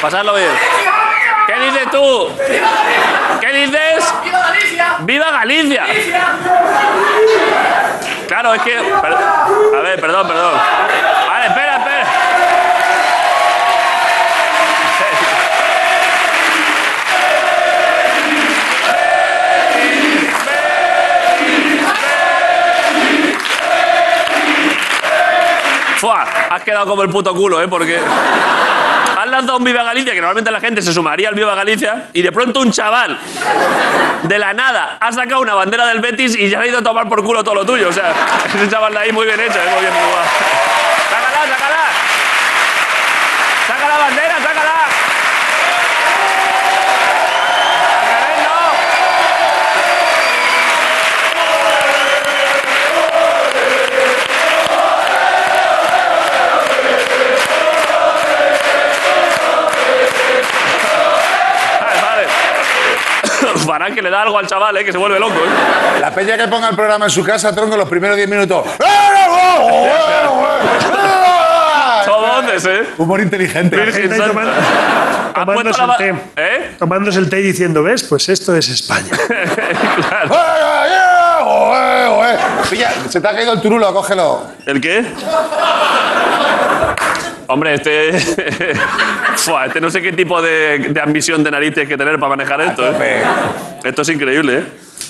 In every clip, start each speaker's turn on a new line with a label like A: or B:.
A: Pasarlo bien. ¿Qué dices tú? ¿Qué dices?
B: ¡Viva Galicia!
A: ¡Viva Galicia! Claro, es que. per- A ver, perdón, perdón. Vale, espera, espera. Fua, has quedado como el puto culo, ¿eh? Porque. Has lanzado un Viva Galicia, que normalmente la gente se sumaría al Viva Galicia, y de pronto un chaval, de la nada, ha sacado una bandera del Betis y ya le ha ido a tomar por culo todo lo tuyo. O sea, ese chaval de ahí muy bien hecho, ¿eh? muy bien jugado. ¡Sácala, sácala! ¡Saca la bandera, sácala! ¡Al revés, no! Vale, vale. Barán que le da algo al chaval, ¿eh? que se vuelve loco. ¿eh?
C: La peña que ponga el programa en su casa, tronco, los primeros 10 minutos. ¡Eh,
A: Sobones, ¿eh?
C: Humor inteligente.
A: Virgen
D: gente
A: Santa.
D: tomando-
A: Ha puesto
D: tomándose
A: la ba-
D: el té.
A: ¿Eh?
D: Tomándose el té y diciendo, ¿ves? Pues esto es España.
C: ¡Eh,
A: Claro.
C: oh, Pilla, se te ha caído el turulo, cógelo.
A: ¿El qué? Hombre, este. Fua, este no sé qué tipo de, de ambición de nariz tienes que tener para manejar esto, ¿eh? Esto es increíble, ¿eh?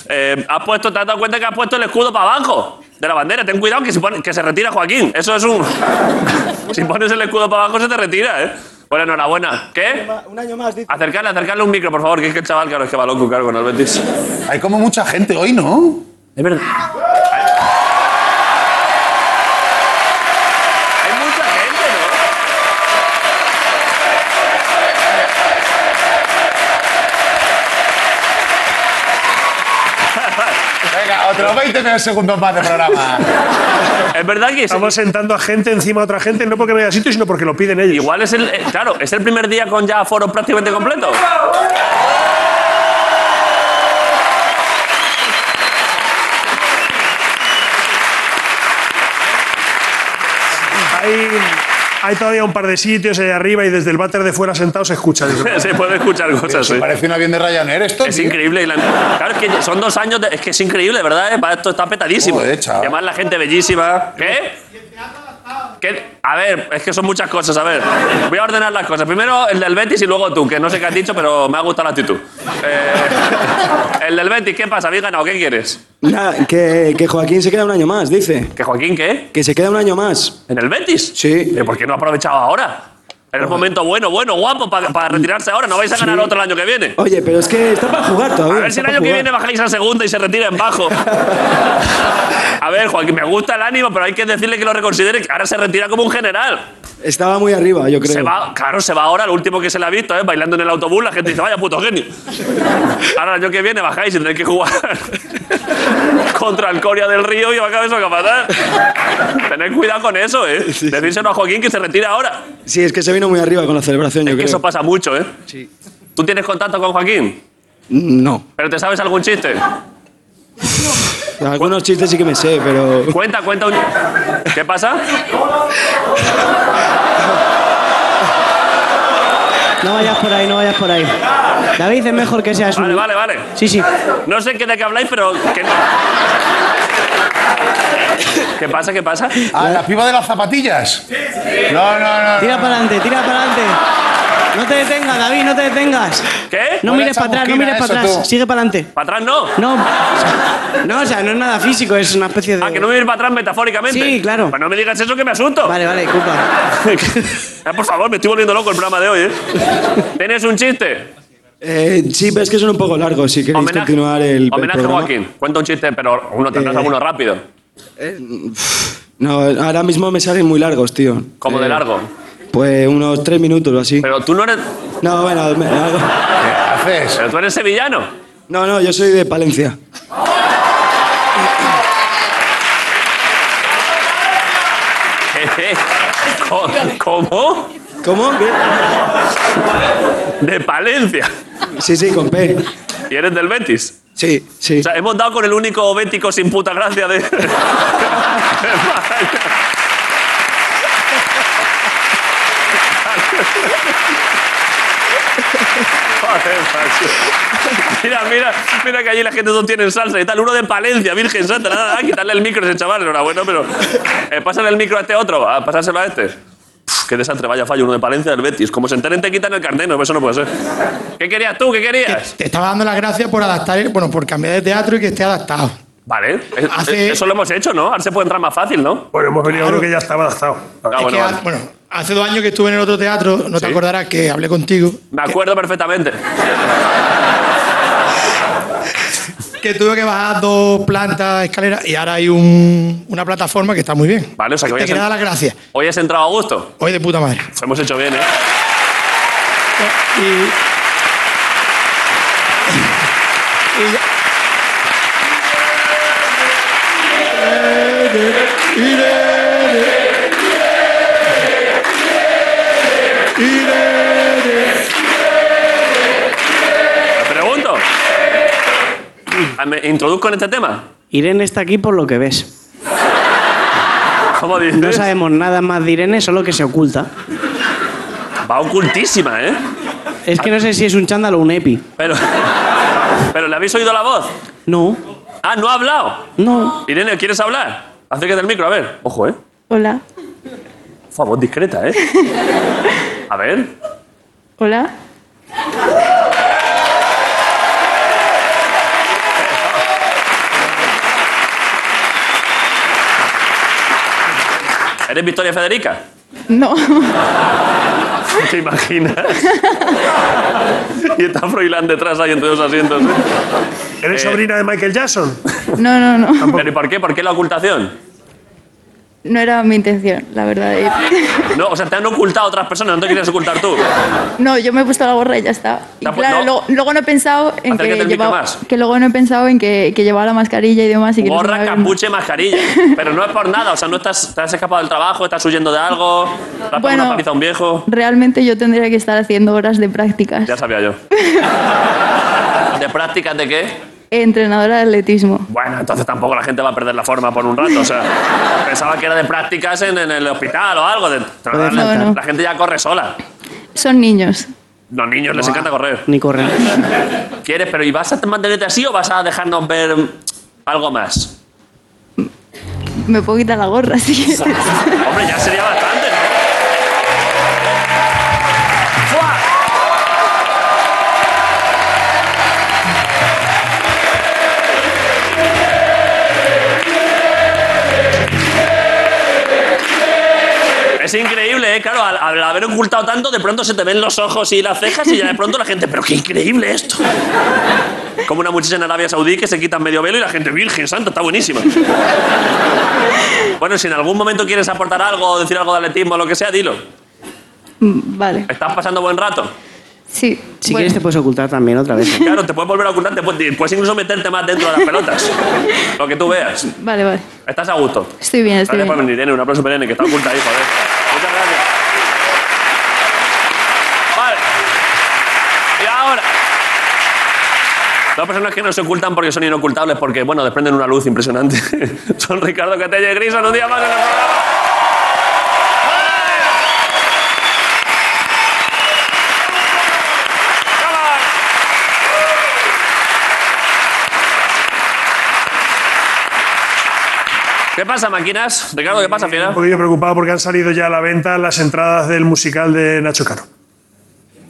A: Eh, has puesto, ¿Te has dado cuenta que has puesto el escudo para abajo de la bandera? Ten cuidado que, si pone- que se retira Joaquín. Eso es un. si pones el escudo para abajo, se te retira, ¿eh? Bueno, enhorabuena. ¿Qué?
E: Un año más, dice.
A: Acercarle, acercarle un micro, por favor, que es que el chaval, claro, es que va loco, claro, con el Betis.
C: Hay como mucha gente hoy, ¿no?
A: Es verdad. Hay hay mucha gente, ¿no?
C: Venga, otros 20 segundos más de programa.
A: Es verdad que es-
D: Estamos sentando a gente encima a otra gente, no porque no haya sitio, sino porque lo piden ellos.
A: igual es el. eh, Claro, es el primer día con ya foro prácticamente completo.
D: Hay, hay todavía un par de sitios ahí arriba y desde el váter de fuera sentado se escucha.
A: Se puede escuchar cosas, sí.
C: Se parece un avión de Ryanair esto,
A: Es
C: tío.
A: increíble. y la- Claro, es que son dos años. de- Es que es increíble, ¿verdad? eh? Va, Esto está petadísimo.
C: Joder, chaval.
A: Y además la gente bellísima. ¿Qué? ¿Qué? A ver, es que son muchas cosas. A ver, voy a ordenar las cosas. Primero el del Betis y luego tú, que no sé qué has dicho, pero me ha gustado la actitud. Eh, el del Betis, ¿qué pasa? ¿Habéis ganado? ¿Qué quieres?
E: Nada, que, que Joaquín se queda un año más, dice.
A: ¿Que Joaquín qué?
E: Que se queda un año más.
A: ¿En el Betis?
E: Sí.
A: ¿Y por qué no ha aprovechado ahora? Era el momento bueno, bueno, guapo, para retirarse ahora. No vais a ganar otro el año que viene.
E: Oye, pero es que está para jugar todavía.
A: A ver si el
E: está
A: año
E: pa'
A: que
E: jugar.
A: viene bajáis a segunda y se retira en bajo. A ver, Joaquín, me gusta el ánimo, pero hay que decirle que lo reconsidere. que Ahora se retira como un general.
E: Estaba muy arriba, yo creo.
A: Se va, claro, se va ahora, lo último que se le ha visto, ¿eh? bailando en el autobús, la gente dice, vaya puto genio. Ahora el año que viene bajáis y tenéis que jugar contra el Coria del Río y va a acabar eso que matar. Tened cuidado con eso, ¿eh? Decírselo a Joaquín que se retira ahora.
E: Sí, es que se vino muy arriba con la celebración, yo
A: Que
E: creo.
A: eso pasa mucho, ¿eh?
E: Sí.
A: ¿Tú tienes contacto con Joaquín?
E: Mm, No.
A: ¿Pero te sabes algún chiste?
E: Algunos chistes sí que me sé, pero.
A: Cuenta, cuenta un... ¿Qué pasa?
F: No vayas por ahí, no vayas por ahí. David, es mejor que seas
A: Vale,
F: un...
A: vale, vale.
F: Sí, sí.
A: No sé qué de qué habláis, pero... que- ¿Qué pasa? ¿Qué pasa?
C: Ah, la piba de las zapatillas. No, no, no.
F: Tira para adelante, tira para adelante. No te detengas, David, no te detengas.
A: ¿qué?
F: No
C: Buena
F: mires para atrás, no
C: chamusquina
F: mires para
C: eso,
F: atrás.
C: tú.
F: Sigue para adelante.
A: ¿Para atrás no?
F: No. No, o sea, no es nada físico, es una especie de.
A: Ah, que no me voy a ir para atrás metafóricamente.
F: Sí, claro.
A: Pues no me digas eso que me asunto.
F: Vale, vale, culpa.
A: Ah, por favor, me estoy volviendo loco el programa de hoy, ¿eh? ¿Tienes un chiste?
E: Eh, sí, pero es que son un poco largos, si queréis
A: Homenaje,
E: continuar el. el
A: homenaje a
E: programa.
A: Joaquín. Cuenta un chiste, pero uno tendrás
E: Eh.
A: alguno rápido.
E: No, ahora mismo me salen muy largos, tío. Eh,
A: Como de largo.
E: Pues unos tres minutos o así.
A: Pero tú no eres...
E: No, bueno, me- algo-
C: ¿Qué haces?
A: Pero tú eres sevillano.
E: No, no, yo soy de Palencia.
A: Co- ¿Cómo?
E: ¿Cómo? ¿Qué?
A: De Palencia.
E: Sí, sí, con P.
A: ¿Y eres del Betis?
E: Sí, sí.
A: O sea, hemos dado con el único bético sin puta gracia de. de España. Mira, mira, mira que allí la gente no tiene salsa y tal. Uno de Palencia, Virgen Santa, nada, nada, quitarle el micro a ese chaval, enhorabuena, pero. Eh, pásale el micro a este otro, a pasárselo a este. Pff, Qué desastre, vaya fallo, uno de Palencia del Betis. Como se enteren, te quitan el carnet, no, eso no puede ser. ¿Qué querías tú? ¿Qué querías?
B: Te estaba dando las gracias por adaptar, el- bueno, por cambiar de teatro y que esté adaptado.
G: Ah,
A: Vale, eh,
B: Hace-
A: eh, eso lo hemos hecho, ¿no? Ahora se puede entrar más fácil, ¿no?
D: Bueno, hemos venido a uno que ya estaba adaptado.
A: Ah,
B: Es
A: bueno,
B: que
A: vale.
B: ha- bueno, hace dos años que estuve en el otro teatro, no te acordarás que hablé contigo,
A: Me acuerdo perfectamente.
B: que tuve que bajar dos plantas, escaleras, y ahora hay un- una plataforma que está muy bien.
A: Vale, o sea que voy
B: Te
A: a
B: quería
A: ser-
B: dar las gracias.
A: Hoy has entrado a gusto.
B: Hoy de puta madre.
A: Lo hemos hecho bien, ¿eh?
B: Y, y ya-
A: Te pregunto. Ah, ¿Me introduzco en este tema?
F: Irene está aquí por lo que ves.
A: ¿Cómo dices?
F: No sabemos nada más de Irene, solo que se oculta.
A: Va ocultísima, ¿eh?
F: Es que no sé si es un chándal o un epi.
A: Pero, pero ¿le habéis oído la voz?
F: No,
A: Ah, no ha hablado.
F: no.
A: Irene, ¿quieres hablar? Acércate al micro, a ver. Ojo, ¿eh?
H: Hola,
A: Fue voz discreta, ¿eh? A ver.
H: hola.
A: ¿Eres Victoria Federica?
H: No,
A: ¿Te imaginas? y está Froilán detrás ahí entre dos asientos. ¿eh?
D: ¿Eres
A: Eh.
D: sobrina de Michael Jackson?
H: no, no, no.
A: ¿Pero y por qué? ¿Por qué la ocultación?
H: No era mi intención, la verdad. ¿eh?
A: No, o sea, te han ocultado otras personas, no te quieres ocultar tú.
H: No, yo me he puesto la gorra y ya está. Y
A: Te ha pu-
H: claro,
A: no.
H: luego, luego no he pensado en
A: Acércate
H: que
A: al micro
H: llevaba,
A: más.
H: que luego no he pensado en que, que llevaba la mascarilla y demás y que no se me
A: Gorra,
H: había-
A: capuche, mascarilla. Pero no es por nada, o sea, no estás, te has escapado del trabajo, estás huyendo de algo, le has pegado
H: Bueno.
A: una paliza a un viejo.
H: Realmente yo tendría que estar haciendo horas de prácticas.
A: Ya sabía yo. ¿De prácticas de qué?
H: Entrenadora de atletismo.
A: Bueno, entonces tampoco la gente va a perder la forma por un rato. O sea, pensaba que era de prácticas en, en el hospital o algo. de- la,
H: faltar.
A: la gente ya corre sola.
H: Son niños.
A: Los niños les encanta correr.
F: Ni correr.
A: ¿Quieres? Pero ¿y vas a mantenerte así o vas a dejarnos ver algo más?
H: Me puedo quitar la gorra si quieres.
A: Hombre, ya sería bastante, ¿no? ¡Fua! Es increíble, ¿eh? claro, al, al haber ocultado tanto, de pronto se te ven los ojos y las cejas y ya de pronto la gente, pero qué increíble esto. Como una muchacha en Arabia Saudí que se quita medio velo y la gente, Virgen Santa, está buenísima. Bueno, si en algún momento quieres aportar algo o decir algo de atletismo o lo que sea, dilo.
H: Mm, Vale.
A: Estás pasando buen rato.
H: Sí.
F: Si
H: bueno.
F: quieres te puedes ocultar también otra vez.
A: Claro, te puedes volver a ocultar, te puedes, puedes incluso meterte más dentro de las pelotas. Lo que tú veas.
H: Vale, vale.
A: Estás a gusto.
H: Estoy bien, estoy
A: Gracias por
H: bien.
A: venir, Irene. Un aplauso para Irene, que está oculta ahí, joder. Muchas gracias. Vale. Y ahora. Dos personas que no se ocultan porque son inocultables, porque, bueno, desprenden una luz impresionante. son Ricardo Catella y Grison, un día más en el programa. ¿Qué pasa, máquinas? Ricardo, ¿qué pasa, Fiera?
D: Un poquillo preocupado porque han salido ya a la venta las entradas del musical de Nacho Caro.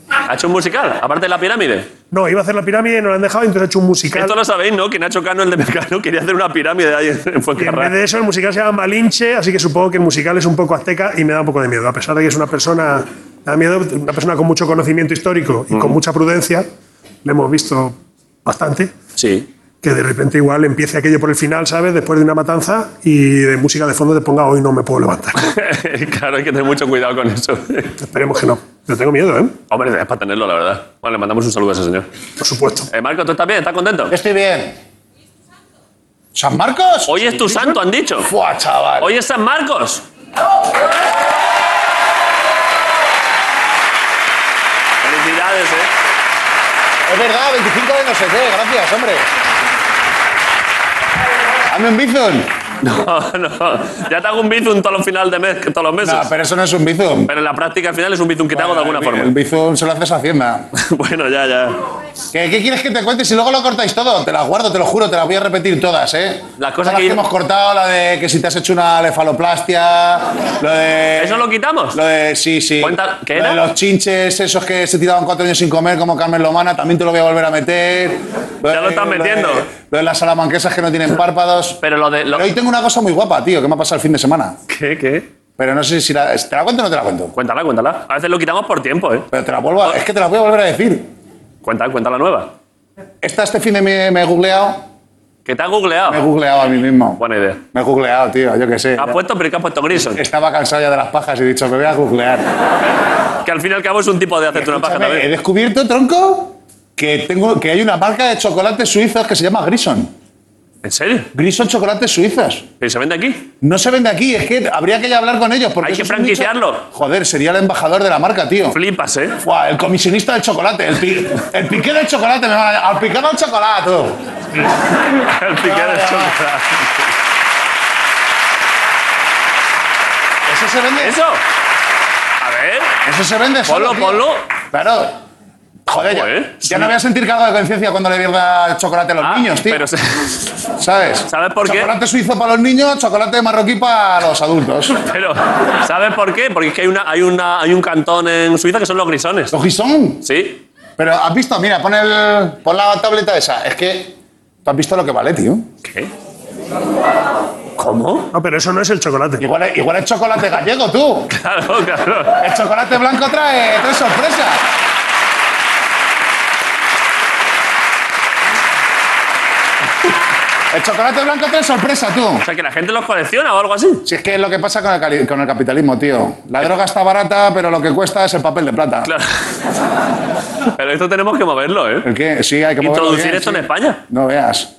A: ¿Ha hecho un musical? Aparte de la pirámide.
D: No, iba a hacer la pirámide y no la han dejado, entonces ha hecho un musical.
A: Esto lo sabéis, ¿no? Que Nacho Cano, el de Mercado, quería hacer una pirámide ahí en
D: Y en vez
A: Fuencarral.
D: de eso, el musical se llama Malinche, así que supongo que el musical es un poco azteca y me da un poco de miedo. A pesar de que es una persona, me da miedo, una persona con mucho conocimiento histórico y
A: Mm.
D: con mucha prudencia, le hemos visto bastante,
A: Sí.
D: que de repente igual empiece aquello por el final, ¿sabes? Después de una matanza y de música de fondo te ponga hoy no me puedo levantar.
A: claro, hay que tener mucho cuidado con eso.
D: Esperemos que no. Pero tengo miedo, ¿eh?
A: Hombre, es para tenerlo, la verdad. Bueno, le mandamos un saludo a ese señor.
D: Por supuesto.
A: Eh, Marco, ¿tú estás bien? ¿Estás contento?
C: Yo estoy bien. ¿San Marcos?
A: Hoy es tu santo, han dicho.
C: Fua, chaval.
A: Hoy es San Marcos. Felicidades, ¿eh?
C: Es verdad, 25 de no sé qué, gracias, hombre. Hazme un bizon.
A: No, no. Ya te hago un bizum todos los final de mes, todos los meses.
C: No, pero eso no es un bizum.
A: Pero en la práctica al final es un bizum que te hago de alguna
C: El
A: forma.
C: bizum se lo haces a Hacienda.
A: bueno, ya, ya.
C: ¿Qué, qué quieres que te cuente si luego lo cortáis todo? Te las guardo, te lo juro, te las voy a repetir todas, ¿eh?
A: Las cosas
C: Todas
A: que yo-
C: hemos cortado, la de que si te has hecho una lefaloplastia, lo de...
A: ¿Eso lo quitamos?
C: Lo de, sí, sí.
A: Cuenta- ¿qué
C: Lo de
A: era?
C: los chinches, esos que se tiraban cuatro años sin comer, como Carmen Lomana, también te lo voy a volver a meter. Lo
A: Ya lo estás
C: de-
A: metiendo.
C: Lo de las salamanquesas que no tienen párpados.
A: Pero lo de. lo-
C: Pero hoy tengo una cosa muy guapa, tío, que me ha pasado el fin de semana.
A: ¿Qué? ¿Qué?
C: Pero no sé si la... ¿Te la cuento o no te la cuento?
A: Cuéntala, cuéntala. A veces lo quitamos por tiempo, ¿eh?
C: Pero te la vuelvo a... Es que te la voy a volver a decir.
A: Cuéntala, cuéntala nueva.
C: Esta este fin de me, me he googleado.
A: Que te has
C: Me he
A: googleado.
C: googleado a mí mismo.
A: Buena idea.
C: Me he googleado, tío, yo qué sé.
A: ¿Has puesto, pero qué has puesto Grison?
C: Estaba cansado ya de las pajas y he dicho, me voy a googlear.
A: Que al fin y al cabo es un tipo de hacerte una paja
C: Escúchame, He
A: también.
C: descubierto, tronco, que, tengo, que hay una marca de chocolates suizos que se llama Grison. eh,
A: ¿En serio?
C: Grison chocolates suizos.
A: ¿Y se vende aquí?
C: No se vende aquí, es que habría que ya hablar con ellos. Porque
A: Hay que
C: eso es un nicho-
A: franquiciarlo.
C: Joder, sería el embajador de la marca, tío.
A: Flipas, ¿eh?
C: Buah, el comisionista del chocolate, el, pi- el piqué del chocolate, me van a- al piqué del chocolate.
A: El piqué del chocolate.
C: Eso se vende.
A: ¿Eso? A ver.
C: Eso se vende solo.
A: Ponlo,
C: tío.
A: ponlo.
C: Claro. Joder, ya,
A: Joder,
C: ya no voy a sentir cargo de conciencia cuando le pierda el chocolate a los
A: Ah,
C: niños, tío.
A: Pero se-
C: ¿Sabes?
A: ¿Sabes por qué?
C: Chocolate suizo para los niños, chocolate marroquí para los adultos.
A: Pero, ¿sabes por qué? Porque es que hay, una, hay, una, hay un cantón en Suiza que son los grisones.
C: Los gison.
A: Sí.
C: Pero has visto, mira, pon, el, pon la tableta esa. Es que tú has visto lo que vale, tío.
A: ¿Qué? ¿Cómo?
D: No, pero eso no es el chocolate.
C: Igual, es- igual es chocolate gallego, tú.
A: Claro, claro.
C: El chocolate blanco trae tres sorpresas. El chocolate blanco trae sorpresa, tú.
A: O sea, que la gente los colecciona o algo así.
C: Si es que es lo que pasa con el, cali- con el capitalismo, tío. La droga está barata, pero lo que cuesta es el papel de plata.
A: Claro. Pero esto tenemos que moverlo, ¿eh?
C: ¿El qué? Sí, hay que moverlo
A: Introducir
C: bien,
A: esto
C: sí.
A: en España.
C: No veas.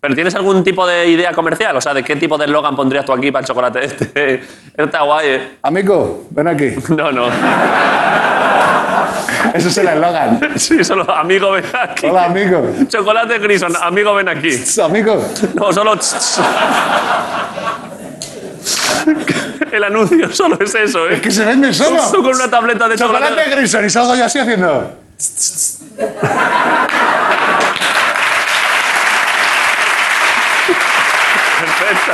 A: ¿Pero tienes algún tipo de idea comercial? O sea, ¿de qué tipo de eslogan pondrías tú aquí para el chocolate este? Esto Está guay, ¿eh?
C: Amigo, ven aquí.
A: No, no.
C: Ese es el eslogan.
A: Sí, solo amigo ven aquí.
C: Hola, amigo.
A: Chocolate Grison, amigo ven aquí.
C: Amigo.
A: No, solo... El anuncio solo es eso,
C: Es
A: ¿eh?
C: que se vende solo.
A: Tú con una tableta de chocolate.
C: Chocolate Grison y salgo yo así haciendo.
A: Perfecto.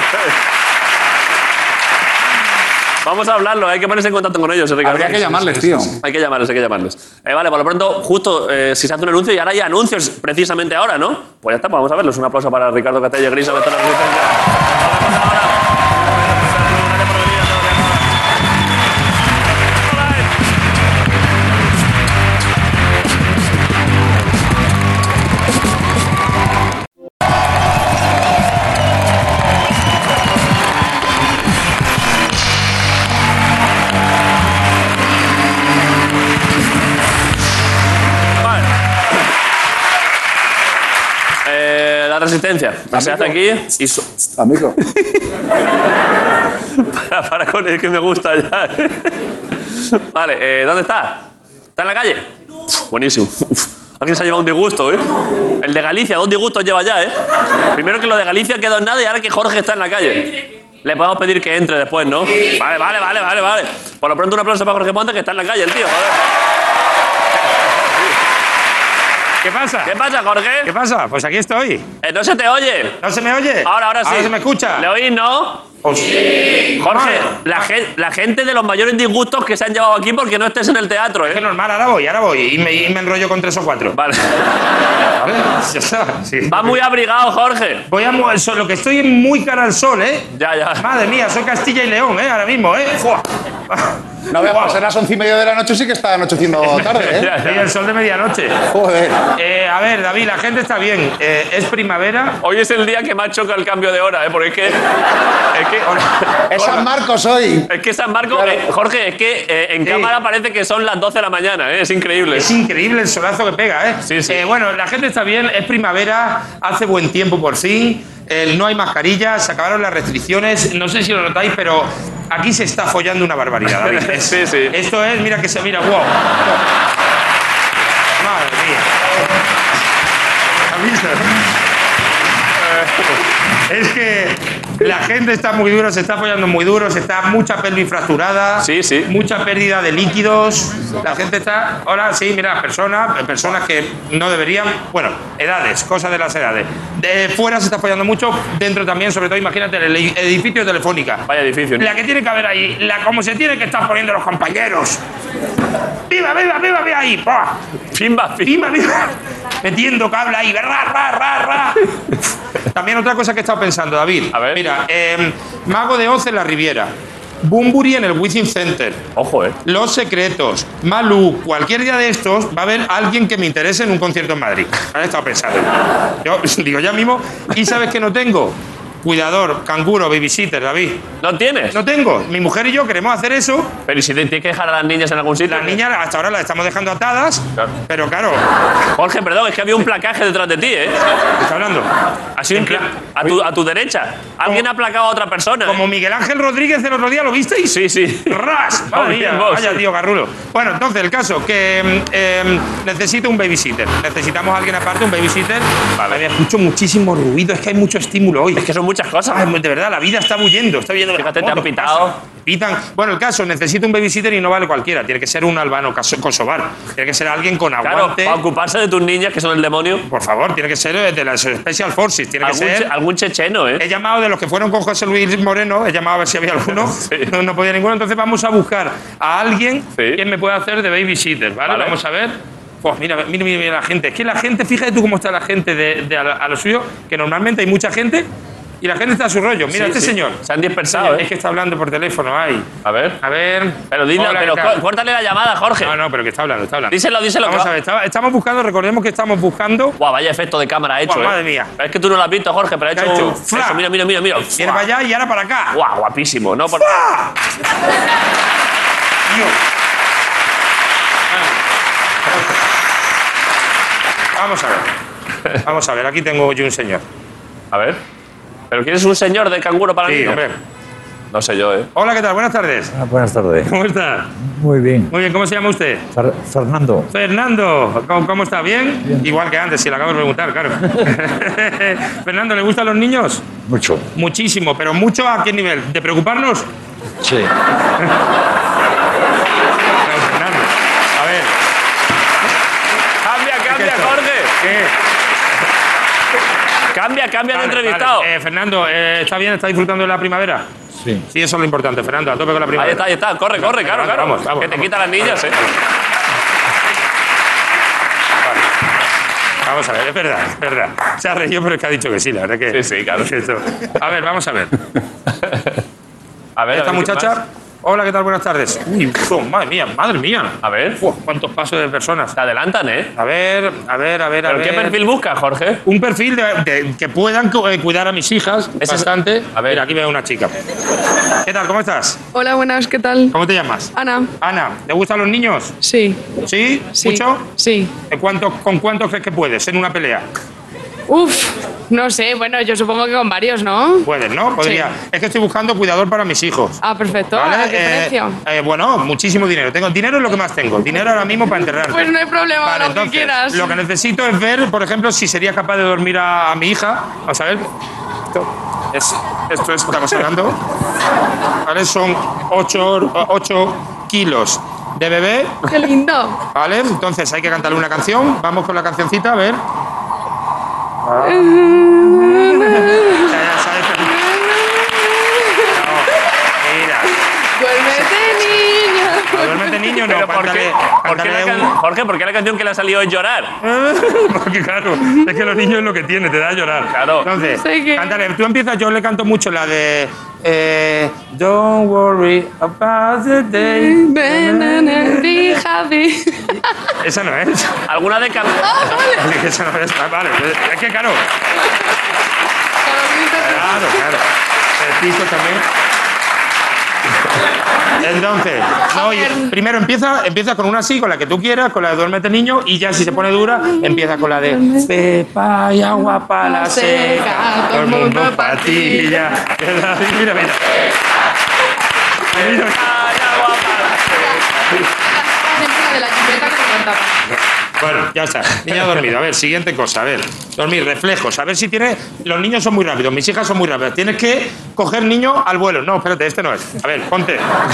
A: Vamos a hablarlo, hay que ponerse en contacto con ellos, Ricardo.
C: Habría que llamarles, tío.
A: Hay que llamarles, hay que llamarles. Eh, vale, por lo pronto, justo eh, si se hace un anuncio y ahora hay anuncios precisamente ahora, ¿no? Pues ya está, pues vamos a verlos. Un aplauso para Ricardo Catella Gris. a ver toda la resistencia. Nos vemos ahora. Gracias por venir, nos vemos ahora. Vale. Eh, la resistencia. Se hace aquí y su-
C: Amigo.
A: para, para con el que me gusta ya. vale, eh, ¿dónde está? ¿Está en la calle? Buenísimo. Uf, Alguien se ha llevado un disgusto, ¿eh? El de Galicia, dos disgustos lleva ya, ¿eh? Primero que lo de Galicia quedó en nada y ahora que Jorge está en la calle. Le podemos pedir que entre después, ¿no? Vale, vale, vale, vale, vale. Por lo pronto un aplauso para Jorge Ponte que está en la calle, el tío, joder.
G: ¿Qué pasa?
A: ¿Qué pasa, Jorge?
G: ¿Qué pasa? Pues aquí estoy.
A: Eh, no se te oye.
G: ¿No se me oye?
A: Ahora, ahora sí.
G: Ahora se me escucha. Oh,
A: ¿Le oís, no? Jorge, la, gen- la gente de los mayores disgustos que se han llevado aquí porque no estés en el teatro,
G: Es
A: ¿eh?
G: normal, ahora voy, ahora voy. Y me, y me enrollo con tres o cuatro.
A: Vale.
G: ¿Vale? Ya está. Sí.
A: Va muy abrigado, Jorge.
G: Voy a mover sol. Lo que estoy es muy cara al sol, ¿eh?
A: Ya, ya.
G: Madre mía, soy Castilla y León, ¿eh? Ahora mismo, ¿eh? ¡Fua!
C: No veas, pues a las once y media de la noche sí que están haciendo tarde, ¿eh?
A: Ya,
G: Y
A: ya.
G: el sol de medianoche.
C: Joder.
G: Eh, a ver, David, la gente está bien. Eh, es primavera.
A: Hoy es el día que más choca el cambio de hora, ¿eh? Porque es que. Es que.
C: Es San Marcos hoy.
A: Es que San Marcos. eh, Jorge, es que eh, en
G: Sí.
A: cámara parece que son las 12 de la mañana, ¿eh? Es increíble.
G: Es increíble el solazo que pega, ¿eh?
A: Sí, sí.
G: Eh, bueno, la gente está bien, es primavera, hace buen tiempo por fin, eh, no hay mascarillas, se acabaron las restricciones, no sé si lo notáis, pero aquí se está follando una barbaridad, David. Es-
A: Sí, sí.
G: Esto es, mira que se mira, wow. Madre mía. ¿Has visto? Eh, Es que La gente está muy duro, se está follando muy duro, se está mucha pelvis fracturada,
A: Sí, sí.
G: mucha pérdida de líquidos. La gente está, ahora sí, mira, personas, eh, personas que no deberían, bueno, edades, cosas de las edades. De fuera se está follando mucho, dentro también, sobre todo, imagínate, el edificio de telefónica.
A: Vaya edificio, ¿no?
G: La que tiene que haber ahí, la como se tiene que estar poniendo los compañeros. ¡Viva, viva, viva, viva ahí! ¡Buah!
A: Pimba,
G: Viva,
A: pimba.
G: viva! Metiendo cable ahí, ra, ra, ra, ra. También otra cosa que he estado pensando, David.
A: A ver.
G: Mira, eh, Mago de Oz en la Riviera, Bumburi en el Wizzing Center,
A: Ojo, eh.
G: Los Secretos, Malú, cualquier día de estos va a haber alguien que me interese en un concierto en Madrid. Ahora he estado pensando. Yo digo ya mismo, ¿y sabes que no tengo? Cuidador, canguro, babysitter, David.
A: ¿No tienes?
G: No tengo. Mi mujer y yo queremos hacer eso.
A: Pero ¿y si te- tienes que dejar a las niñas en algún sitio?
G: Las niñas hasta ahora las estamos dejando atadas,
A: Claro.
G: pero claro,
A: Jorge, perdón, es que había un placaje detrás de ti, ¿eh?
G: ¿qué está hablando.
A: Ha sido un
G: En
A: pla-
G: plan-
A: a, tu, a tu derecha. Alguien ha placado a otra persona.
G: Como
A: ¿eh?
G: Miguel Ángel Rodríguez el otro día, ¿lo visteis?
A: Sí, sí.
G: ¡Ras! Madre
A: Muy bien,
G: mía,
A: vos.
G: vaya tío garrulo. Bueno, entonces el caso, que mm, eh, necesito un babysitter. Necesitamos a alguien aparte, un babysitter. Vale. escucho muchísimo ruido, es que hay mucho estímulo hoy.
A: Es que son muchas cosas.
G: Ay, de verdad, la vida está huyendo, está huyendo. de las
A: Fíjate, te han
G: motos,
A: pitado.
G: pasa, Pitan. Bueno, el caso, necesito un babysitter y no vale cualquiera. Tiene que ser un albano caso- kosovar. Tiene que ser alguien con
A: Claro,
G: aguante.
A: para ocuparse de tus niñas, que son el demonio.
G: Por favor, tiene que ser eh, de las Special Forces. Tiene que
A: Algún,
G: ser.
A: che- algún checheno, ¿eh?
G: He llamado de los que fueron con José Luis Moreno, he llamado a ver si había alguno. No, no podía ninguno. Entonces vamos a buscar a alguien
A: Sí.
G: quien me pueda hacer de babysitter, ¿vale?
A: Vale.
G: Vamos a ver. Pues mira, mira, mira, mira la gente. Es que la gente, fíjate tú cómo está la gente de, de a, lo- a lo suyo, que normalmente hay mucha gente y la gente está a su rollo. Mira,
A: Sí,
G: este
A: sí.
G: señor.
A: Se han dispersado,
G: Señor,
A: ¿eh?
G: Es que está hablando por teléfono, ay.
A: A ver.
G: A ver.
A: Pero dile,
G: Hola,
A: pero
G: ¿qué tal?
A: có- córtale la llamada, Jorge.
G: No, no, pero que está hablando, está hablando.
A: Díselo, díselo.
G: Vamos
A: que
G: a
A: va-
G: ver, estaba- estamos buscando, recordemos que estamos buscando.
A: Guau, vaya efecto de cámara ha hecho,
G: Guau,
A: ¿eh?
G: madre mía.
A: Es que tú no lo has visto, Jorge, pero ha
G: ¿Qué
A: hecho,
G: ha hecho?
A: un-
G: Fla.
A: Eso, mira, mira, mira, mira.
G: Viene para allá y ahora para acá.
A: Guau, guapísimo, ¿no? Por-
G: ¡Fua! Tío. Vamos a ver. Vamos a ver, aquí tengo yo un señor.
A: A ver. ¿Pero quieres un señor de canguro para
G: Sí,
A: niños?
G: hombre.
A: No sé yo, ¿eh?
G: Hola, ¿qué tal? Buenas tardes.
I: Ah, buenas tardes.
G: ¿Cómo está?
I: Muy bien.
G: Muy bien, ¿cómo se llama usted?
I: Fer- Fernando,
G: Fernando, ¿cómo, cómo está? ¿Bien? Igual que antes, si le acabo de preguntar, claro. Fernando, ¿le gustan los niños?
I: mucho.
G: Muchísimo, pero mucho a qué nivel? ¿De preocuparnos?
I: Sí.
G: No, Fernando. A ver,
A: ¡Cambia, cambia,
G: esto-
A: Jorge!
G: ¿qué?
A: ¡Cambia, cambia de
G: Vale,
A: entrevistado!
G: vale. Eh, Fernando, eh, ¿está bien? ¿Está disfrutando de la primavera?
I: Sí.
G: Sí, eso es lo importante, Fernando. A tope con la primavera.
A: Ahí está, ahí está. Corre, corre, claro, claro.
G: Vamos, vamos,
A: que te
G: vamos.
A: quita las niñas, ¿eh?
G: Vamos a ver, es verdad, es verdad. Se ha reído, pero es que ha dicho que sí, la verdad que.
A: Sí, sí, claro.
G: Esto. A ver, vamos a ver.
A: A ver, a ver,
G: Esta
A: ¿qué
G: muchacha.
A: más?
G: Hola, ¿qué tal? Buenas tardes. Uy, uf, madre mía, madre mía.
A: A ver.
G: Uf, cuántos pasos de personas.
A: Te adelantan, ¿eh?
G: A ver, a ver, a ver, a
A: ¿Pero
G: ver.
A: qué perfil buscas, Jorge?
G: Un perfil de, de- que puedan cu- eh, cuidar a mis hijas.
A: es-
G: bastante.
A: a ver.
G: Mira, aquí veo una chica. ¿Qué tal? ¿Cómo estás?
J: Hola, buenas, ¿qué tal?
G: ¿Cómo te llamas?
J: Ana.
G: Ana, ¿te gustan los niños?
J: Sí,
G: ¿Sí?
J: sí.
G: ¿Mucho?
J: Sí.
G: ¿De cuánto- ¿Con cuántos crees que puedes en una pelea?
J: Uf, no sé, bueno, yo supongo que con varios, ¿no?
G: Puedes, ¿no? Podría.
J: Sí.
G: Es que estoy buscando cuidador para mis hijos.
J: Ah, perfecto.
G: ¿Vale?
J: ¿A qué
G: Eh,
J: precio?
G: eh, bueno, muchísimo dinero. Tengo dinero es lo que más tengo. Dinero ahora mismo para enterrarte.
J: Pues no hay problema,
G: Vale,
J: lo
G: entonces,
J: que quieras.
G: Lo que necesito es ver, por ejemplo, si sería capaz de dormir a, a mi hija. Vamos a ver. Esto, es, esto es- estamos hablando. ¿Vale? Son 8 kilos de bebé.
J: Qué lindo.
G: ¿Vale? Entonces hay que cantarle una canción. Vamos con la cancioncita, a ver. Ya, ya sabes que- No, mira.
J: Duérmete, niño.
G: Duérmete niño, no,
A: ¿Pero por qué?
G: cántale,
A: ¿Por qué la
G: cántale
A: can- Jorge, ¿por qué la canción que le ha salido es llorar?
G: un... Porque claro, es que los niños es lo que tiene, te da a llorar.
A: Claro.
G: Entonces,
J: No sé qué.
G: cántale, tú empiezas, yo le canto mucho la de... eh, Don't worry about the day.
J: Banana, be happy.
G: Esa no es.
A: ¿Alguna de cam-
G: Esa no es. Ah, Vale, pues, es que claro, Claro, claro. El piso también. Entonces, no, oye, primero empieza, empieza con una así, con la que tú quieras, con la de duérmete niño, y ya si se pone dura, empieza con la de cepa y agua para la seca, todo el mundo patilla. Mira, mira. Mira,
A: Ay, agua para-
J: de la chupeta que me contaba.
G: Bueno, ya está. Niña dormida. A ver, siguiente cosa. A ver, dormir, reflejos. A ver si tiene. Los niños son muy rápidos. Mis hijas son muy rápidas. Tienes que coger niño al vuelo. No, espérate, este no es. A ver, ponte. A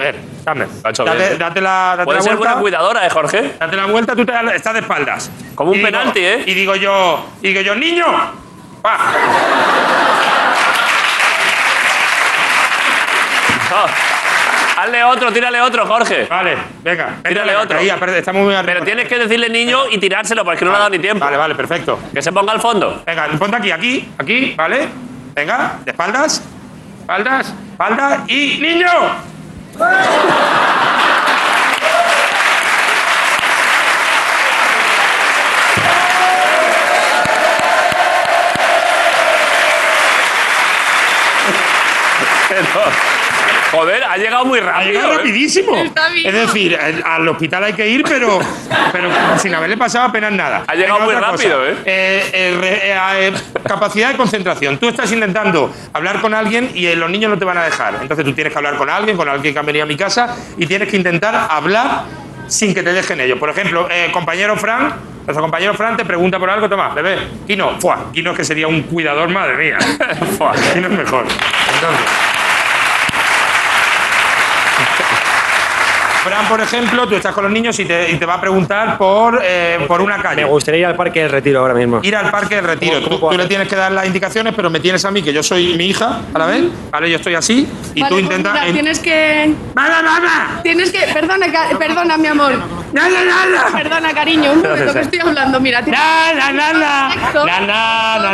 G: ver, dame.
A: hecho
G: Date,
A: bien.
G: date la, date
A: Puede
G: la
A: ser
G: vuelta.
A: buena cuidadora, ¿eh, Jorge?
G: Date la vuelta, tú te das- estás de espaldas.
A: Como un
G: Y digo-
A: penalti, ¿eh?
G: Y digo yo, y digo yo, niño, pa.
A: No. Hazle otro, tírale otro, Jorge.
G: Vale, venga. vente
A: Tírale
G: la
A: otro.
G: Ahí, aparte, estamos muy arriba.
A: Pero tienes que decirle niño y tirárselo porque no le ha dado ni tiempo.
G: Vale, vale, perfecto.
A: Que se ponga al fondo.
G: Venga, ponte aquí, aquí, aquí, ¿vale? Venga, de espaldas. Espaldas, espaldas y niño.
A: Pero, joder, ha llegado muy
G: Ha
A: rápido.
G: llegado
A: ¿eh?
G: rapidísimo.
J: Está bien.
G: Es decir, el- al hospital hay que ir, pero, pero sin haberle pasado apenas nada.
A: Ha llegado muy
G: otra cosa.
A: rápido, ¿eh?
G: Eh, eh, re- eh, eh, capacidad de concentración. Tú estás intentando hablar con alguien y eh, los niños no te van a dejar. Entonces tú tienes que hablar con alguien, con alguien que ha venido a mi casa y tienes que intentar hablar sin que te dejen ellos. Por ejemplo, eh, compañero Fran, nuestro compañero Fran te pregunta por algo, toma, bebé, Kino, fuá, Kino que sería un cuidador, madre mía. Fuá, Kino es mejor. Entonces. Fran, por ejemplo, tú estás con los niños y te, y te va a preguntar por, eh, por una calle.
I: Me gustaría ir al parque del retiro ahora mismo.
G: Ir al parque del retiro. Tú, tú le tienes que dar las indicaciones, pero me tienes a mí, que yo soy mi hija, a la vez. Vale, yo estoy así. Y
J: Vale,
G: tú
J: pues
G: intentas.
J: mira,
G: en-
J: tienes que.
G: ¡Mamá, mamá!
J: Tienes que. Perdona, ca- perdona, mi amor.
G: ¡Nada, nada!
J: Perdona, cariño. Un momento que estoy hablando. Mira, tienes-
G: ¡Nada, nada!
J: Correcto.
G: ¡Nada,
J: Correcto, para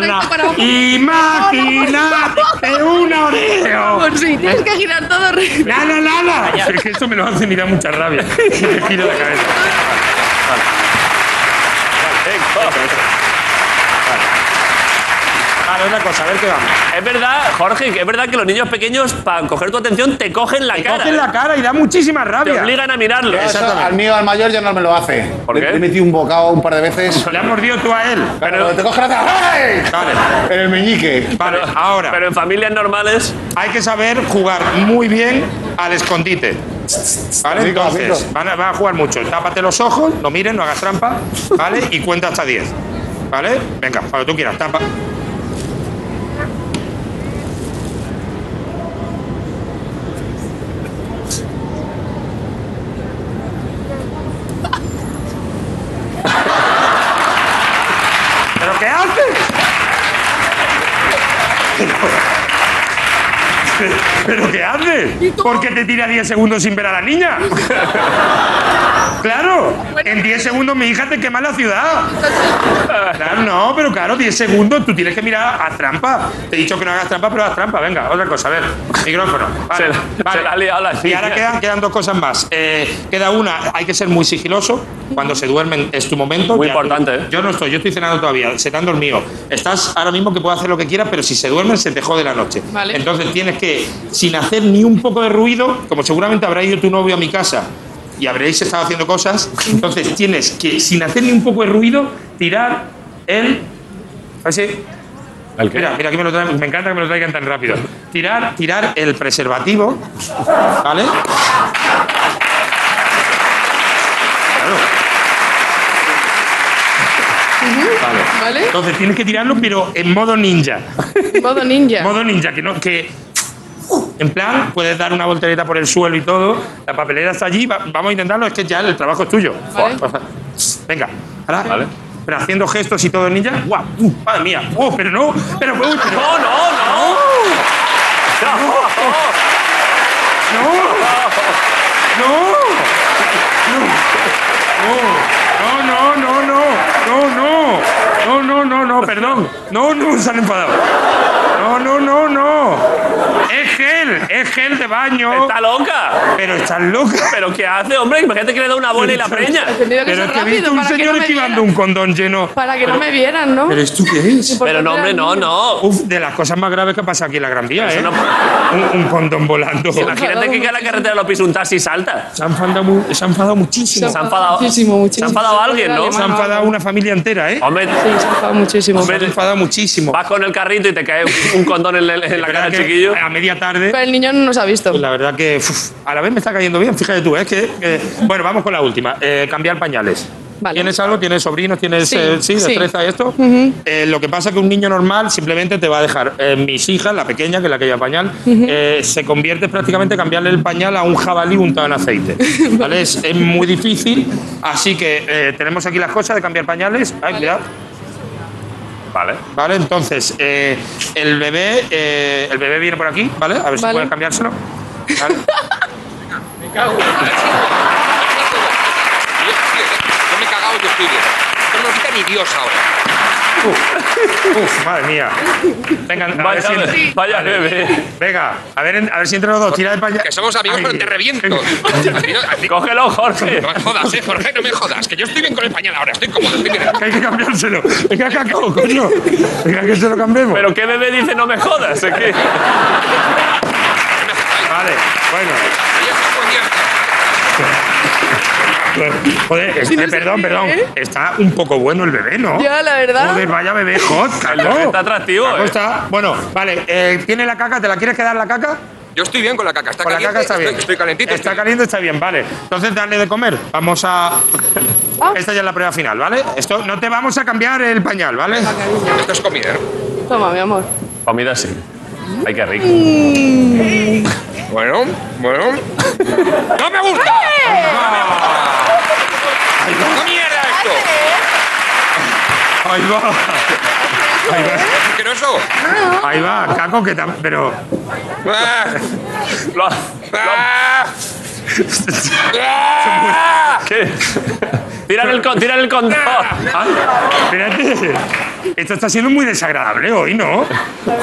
G: nada!
J: abajo.
G: ¡Imagínate un oreo!
J: Vamos, sí, tienes que girar todo. re-
G: ¡Nada, nada! Es que esto me lo hace y me da mucha rabia. Y me giro la cabeza. Vale, otra cosa, a ver qué vamos.
A: Es verdad, Jorge, que es verdad que los niños pequeños, para coger tu atención, te cogen la cara. ¿eh?
G: Cogen la cara y da muchísima
A: Te
G: rabia.
A: obligan a mirarlo.
C: Yo eso al mío, al mayor, ya no me lo hace.
A: ¿Por
C: le,
A: qué?
C: le metí un bocado un par de veces.
G: Le has mordido tú a él.
C: Pero te coge la cara. ¡ay!
G: Vale.
C: En el meñique.
G: Vale, ahora
A: Pero en familias normales,
G: hay que saber jugar muy bien al escondite. ¿Vale?
C: Amigo,
G: Entonces,
C: amigo.
G: van a, van a jugar mucho. Tápate los ojos, no miren, no hagas trampa, ¿vale? Y cuenta hasta 10. ¿Vale? Venga, cuando tú quieras, tapa. ¿Pero qué haces? ¿Pero qué haces? ¿Por qué te tira 10 segundos sin ver a la niña? claro, en 10 segundos mi hija te quema la ciudad. Claro, no, pero claro, 10 segundos tú tienes que mirar a trampa. Te he dicho que no hagas trampa, pero haz trampa. Venga, otra cosa, a ver, micrófono. Vale,
A: Se la- se la ha liado la
G: y ahora
A: niña.
G: quedan, quedan dos cosas más. Eh, queda una, hay que ser muy sigiloso. Cuando se duermen es tu momento.
A: Muy
G: Ya tú-
A: importante, ¿eh?
G: Yo no estoy, yo estoy cenando todavía, cenando el mío. Estás ahora mismo que puedes hacer lo que quieras, pero si se duermen se te jode la noche.
J: Vale.
G: Entonces tienes que, sin hacer ni un poco de ruido, como seguramente habrá ido tu novio a mi casa y habréis estado haciendo cosas, entonces tienes que, sin hacer ni un poco de ruido, tirar el... A ver si- Mira, mira que me lo traen- me encanta que me lo traigan tan rápido. Tirar, tirar el preservativo, ¿vale?
J: ¿Vale?
G: Entonces tienes que tirarlo, pero en modo ninja.
J: Modo ninja.
G: Modo ninja, que no, que. En plan, puedes dar una voltereta por el suelo y todo. La papelera está allí. va- vamos a intentarlo, es que ya el trabajo es tuyo.
J: Vale.
G: Venga, ahora. Pero haciendo gestos y todo ninja. ¡Guau! ¡Uh! ¡Madre mía! ¡Oh, pero no! ¡Pero, uy, pero
A: No, no, no.
G: no! ¡No! No, no, no, no, no, no, no, no, no, no, perdón. No, no, se han enfadado. No, no, no, no. Es gel, es gel de baño.
A: Está loca.
G: Pero estás loca.
A: Pero ¿qué hace, hombre? Imagínate que le da una bola y la preña.
J: He tenido que
G: Pero
J: ser
G: es que he
J: rápido
G: visto un
J: para que no
G: señor
J: me
G: esquivando
J: vieran.
G: un condón lleno.
J: Para que no me vieran, ¿no?
G: ¿Pero esto qué es?
J: Importante
A: Pero no, hombre,
J: era
A: no,
J: el niño.
A: no.
G: Uf, de las cosas más graves que ha pasado aquí en la Gran Vía,
A: Eso
G: ¿eh?
A: no-
G: Un, un condón volando.
A: Imagínate que a la carretera lo pisa un taxi y salta.
G: Se han enfadado, mu- se han enfadado muchísimo.
A: Se ha enfadado,
J: Muchísimo, muchísimo.
A: Se ha enfadado alguien, ¿no?
J: Vale,
G: Se ha enfadado una familia entera, ¿eh?
A: Hombre,
J: Sí, se ha enfadado muchísimo.
G: Se ha enfadado muchísimo.
A: vas con el carrito y te cae un condón en, el- en
G: La
A: la cara
G: verdad
A: del
G: que
A: chiquillo.
G: A media tarde.
J: Pero el niño no nos ha visto.
G: pues la verdad que uf, a la vez me está cayendo bien, fíjate tú, ¿eh? que, que- bueno, vamos con la última. Eh, cambiar pañales.
J: Vale.
G: Tienes algo, tienes sobrinos, tienes
J: Sí,
G: eh, sí,
J: sí.
G: destreza y esto.
J: Ujú.
G: Eh, lo que pasa es que un niño normal simplemente te va a dejar. eh, mis hijas, la pequeña, que es la que lleva pañal, eh, se convierte prácticamente en cambiarle el pañal a un jabalí untado en aceite. ¿Vale? es, es muy difícil. Así que eh, tenemos aquí las cosas de cambiar pañales. Ay, cuidado.
A: Vale.
G: Vale, entonces, eh, el bebé eh, el bebé viene por aquí, ¿vale? A ver si
J: Vale.
G: puedes cambiárselo. Vale.
K: Yo me he cagado yo estoy bien. No nos quita ni Dios ahora.
G: Uf, uf, madre mía. Venga, a
A: Vaya
G: ver si...
A: be- vaya bebé.
G: Venga, a ver, en- a ver si entre los dos, tira de pañal.
K: Que somos amigos,
G: Ay.
K: pero te reviento.
A: Cógelo, Jorge.
K: No me jodas, eh, Jorge, no me jodas. Que yo estoy bien con el pañal ahora, estoy cómodo, estoy bien.
G: Que hay que cambiárselo. Venga, cacao, coño. Venga, que se lo cambiemos.
A: Pero qué bebé dice no me jodas. Es que-
G: Vale, bueno. Joder, este, perdón, perdón. Está un poco bueno el bebé, ¿no?
J: ¿eh? Ya, la verdad.
G: Joder, vaya bebé hot, Caco.
A: Está atractivo,
G: Caco
A: eh.
G: está- Bueno, vale, eh, tiene la caca, ¿te la quieres quedar la caca?
K: Yo estoy bien con la caca, está
G: Con la
K: caliente,
G: caca está bien.
K: Estoy, estoy calentito.
G: Está caliente, está bien, vale. Entonces, dale de comer. Vamos a. Esta ya es la prueba final, ¿vale? Esto, no te vamos a cambiar el pañal, ¿vale?
K: estoy- Esto es comida.
J: Toma, mi amor.
A: Comida sí. Ay, qué rico.
K: Bueno, bueno. ¡No me gusta! ¡No mierda esto!
G: Ahí va. Ahí va,
K: ¡Asqueroso!
G: ahí va. Caco, que tam- Pero.
K: ¡Ah!
A: Lo-
K: ¡Ah! ¡Ah!
A: ¿Qué? Tiran el, con- tiran el condón. Ay,
G: Ah. Espérate. Esto está siendo muy desagradable hoy, ¿no?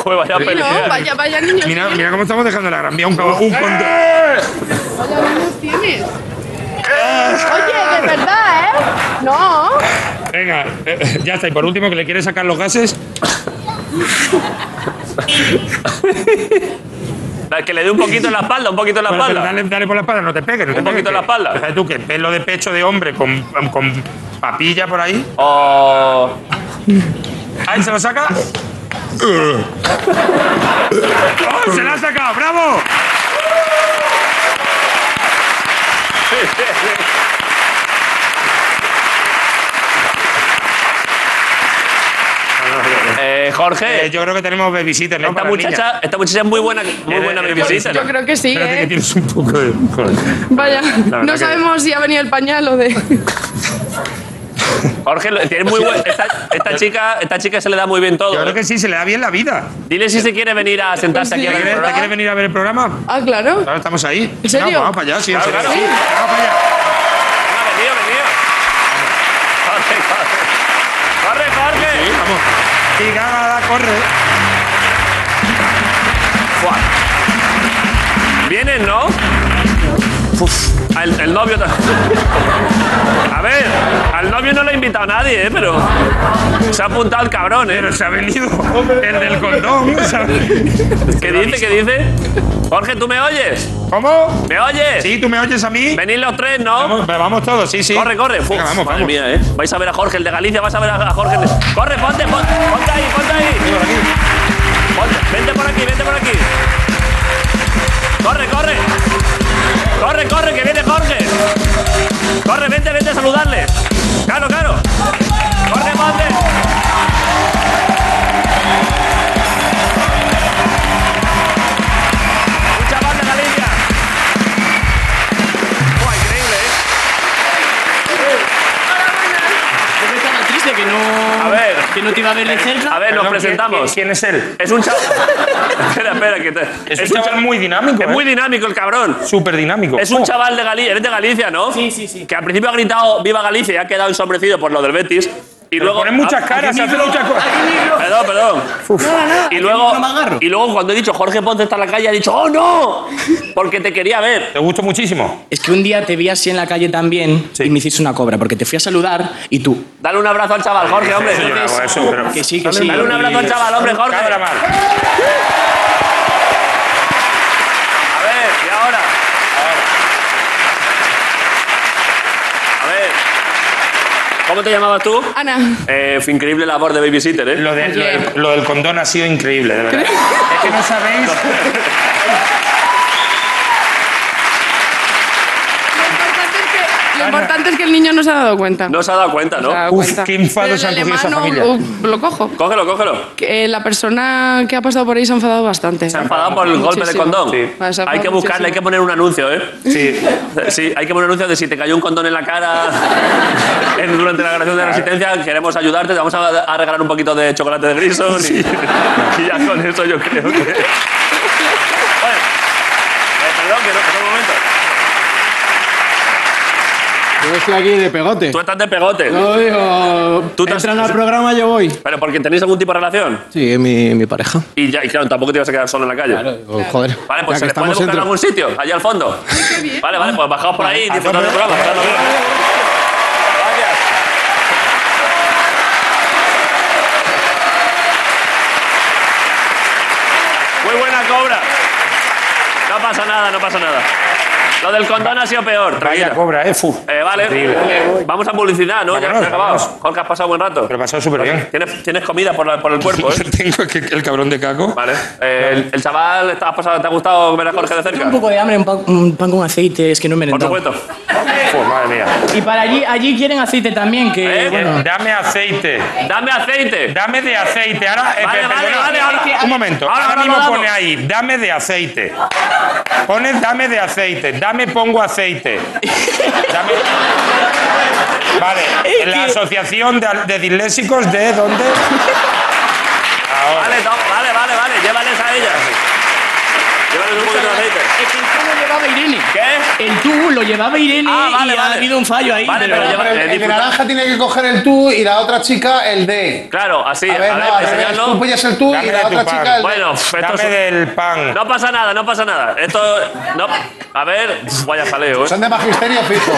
A: joder, vaya
J: Sí,
A: Ah, pelea.
J: no, vaya, vaya niños.
G: Mira,
J: tienes.
G: mira cómo estamos dejando la gran vía. Un, cabo- un condo-
J: Vaya niños tienes.
G: Ah.
J: Oye, de verdad, ¿eh? No.
G: Venga, eh, ya está. Y por último, que le quiere sacar los gases.
A: Da- Que le dé un poquito en la espalda, un poquito en la
G: Bueno, pero
A: espalda.
G: dale, dale por la espalda, no te pegues. No te
A: Un poquito
G: pegues, que-
A: en la espalda.
G: Fíjate tú que pelo de pecho de hombre con, con papilla por ahí.
A: Oh,
G: Ahí se lo saca. ¡Oh, se la ha sacado! ¡Bravo!
A: eh, Jorge,
G: Eh, yo creo que tenemos babysitter, ¿no?
A: esta,
G: Para niñas.
A: muchacha, esta muchacha es muy buena, muy
G: Eh,
A: buena
G: eh,
A: babysitter.
J: Yo creo que sí,
G: Espérate que
J: ¿eh?
G: tienes un poco de...
J: Vaya,
G: verdad
J: no
G: que-
J: sabemos si ha venido el pañal o de...
A: Jorge, lo- tiene muy buen- esta, esta chica, esta chica se le da muy bien todo.
G: Yo creo que sí, se le da bien la vida.
A: Dile si se quiere venir a sentarse
J: Sí.
A: aquí a
G: ¿Te
A: ver el
G: quieres, te
A: programa.
G: quieres venir a ver el programa?
J: Ah, claro.
G: Claro, estamos ahí.
J: ¿En serio?
G: Venga, vamos para allá, sí, en
A: Claro,
G: serio.
A: claro.
G: Vamos para allá.
A: Venga, venido, venido. Jorge, Jorge. Jorge, Jorge.
G: Sí, vamos. Y Gágara corre.
A: Vienen, ¿no? Uf, al- el novio. ta- A ver, al novio no lo ha invitado nadie, ¿eh? pero. Se ha apuntado el cabrón, ¿eh?
G: Pero se ha venido el del condón. se ha venido.
A: ¿Qué dice? ¿Qué dice? Jorge, ¿tú me oyes?
G: ¿Cómo?
A: ¿Me oyes?
G: Sí, tú me oyes a mí.
A: Venid los tres, ¿no?
G: Vamos, vamos todos, sí, sí.
A: Corre, corre. Uf,
G: Venga, vamos,
A: madre
G: vamos.
A: mía, ¿eh? Vais a ver a Jorge, el de Galicia, vais a ver a Jorge. el de- Corre, ponte, pon- ponte, ahí, ponte ahí. Ponte, vente por aquí, vente por aquí. Corre, corre. Corre, corre, que viene Jorge. Corre, vente, vente a saludarle. Claro, claro. Corre, ponte. Un chaval de Galicia. Buah, increíble, ¿eh?
E: Yo que estaba triste que no,
A: A ver.
E: que no te iba a ver de cerca.
A: A ver,
G: Perdón,
A: nos
G: ¿quién-
A: presentamos.
G: ¿Quién, quién es él?
A: Es un chaval. espera, espera, que te-
G: Es, un chaval muy dinámico. ¿eh?
A: Es muy dinámico el cabrón.
G: Súper dinámico.
A: Es un chaval de Galicia. Eres de Galicia, ¿no? Sí, sí, sí. Que al principio ha gritado Viva Galicia y ha quedado ensombrecido por lo del Betis. Y luego.
G: Pone muchas
A: Ah,
G: caras,
A: aquí
G: hace
A: micro.
G: muchas cosas.
A: Perdón, perdón. Y luego,
E: no me agarro.
A: y luego cuando he dicho Jorge Ponte está en la calle, ha dicho ¡Oh, no! Porque te quería ver.
G: Te gustó muchísimo.
E: Es que un día te vi así en la calle también y me hiciste una cobra porque te fui a saludar y tú.
A: Dale un abrazo al chaval, Jorge, hombre.
G: Sí, yo no hago eso, pero-
E: Que sí, que sí.
A: Dale un abrazo al chaval, hombre, Jorge.
G: Cámara mal.
A: A ver, y ahora. A ver. ¿Cómo te llamabas tú?
J: Ana,
A: Eh, fue increíble labor de babysitter, ¿eh?
G: Lo, de- lo
J: Oye.
G: del- lo del condón ha sido increíble, de verdad. es que no sabéis.
J: lo importante es que lo importante es que el niño no se ha dado cuenta.
A: No se ha dado cuenta, ¿no?
J: Se ha dado cuenta. Pero el alemán no- Lo cojo.
A: Cógelo, cógelo.
J: Que la persona que ha pasado por ahí se ha enfadado bastante.
A: Se ha enfadado por el golpe de
J: Muchísimo.
A: condón.
J: Ah, se ha
A: Hay que
J: enfadado
A: buscarle, hay que poner un anuncio, ¿eh? Sí. Sí, hay que poner un anuncio de si te cayó un condón en la cara en- durante la grabación de Resistencia, queremos ayudarte, te vamos a, a regalar un poquito de chocolate de grisos y- y, ya con eso yo creo que... Oye, eh, perdón, que no, que no, un momento.
F: Yo estoy aquí de pegote.
A: Tú estás de pegote.
F: No digo.
A: Tú te has-
F: entran al programa, yo voy.
A: ¿Pero porque tenéis algún tipo de relación?
F: Sí, es mi, mi pareja.
A: Y ya, y claro, tampoco te ibas a quedar solo en la calle.
F: Digo, joder.
A: Vale, pues
F: ya que
A: se les puede
F: estamos
A: buscar en
F: dentro.
A: algún sitio, allá al fondo. Vale, vale, pues bajaos por ahí y disfrutad del programa. claro, claro. Gracias. Muy buena cobra. No pasa nada, no pasa nada. Lo del condón ha sido peor. Vaya cobra, eh, fu. vale, vamos a publicidad, ¿no? ya se ha acabado. Jorge, has pasado buen rato. Pero pasado súper bien. ¿Tienes, tienes comida por, la- por el
G: Pues.
A: cuerpo, ¿eh?
G: Tengo que- el cabrón de caco.
A: Vale. Eh, el, el chaval, ¿te ha, pasado, ¿te ha gustado ver a Jorge de cerca?
E: Un poco de hambre, un pan, un pan con aceite, es que no me
A: Por supuesto. Fu, madre mía.
E: Y para allí, allí quieren aceite también,
G: ¿Eh?
E: que bueno.
G: Dame aceite.
A: Eh, Dame aceite.
G: Dame de aceite. Ahora, eh,
A: Vale,
G: pe-
A: vale,
G: perdona.
A: vale, ahora-
G: Un momento.
A: Ahora,
G: Ahora,
A: ahora lo
G: mismo
A: damos.
G: pone ahí, dame de aceite. Pone dame de aceite. Dame pongo aceite. Dame. Vale, en la Asociación de, de Disléxicos de dónde?
A: Vale, to- vale, vale, vale. Llévales a ella. Llévales un poquito de aceite.
E: Es que el tubo lo llevaba Irene.
A: ¿Qué?
E: El tubo lo llevaba Irene
A: Ah, vale,
E: y ha
A: vale.
E: habido un fallo ahí.
A: Vale, pero lleva-
C: El,
A: eh,
C: el de
A: disfruta-
C: naranja tiene que coger el tú y la otra chica el de.
A: Claro, así.
C: A ver, no, al revés.
A: enseñadlo.
C: Tú pillas el tú y
G: Dame
C: la
G: de tu
C: otra
G: pan.
C: chica el de.
A: pues Bueno, pf, esto
G: Dame
A: es-
G: del pan.
A: No pasa nada, no pasa nada. Esto. No. A ver, pf, vaya jaleo, ¿eh?
C: Son de magisterio fijo.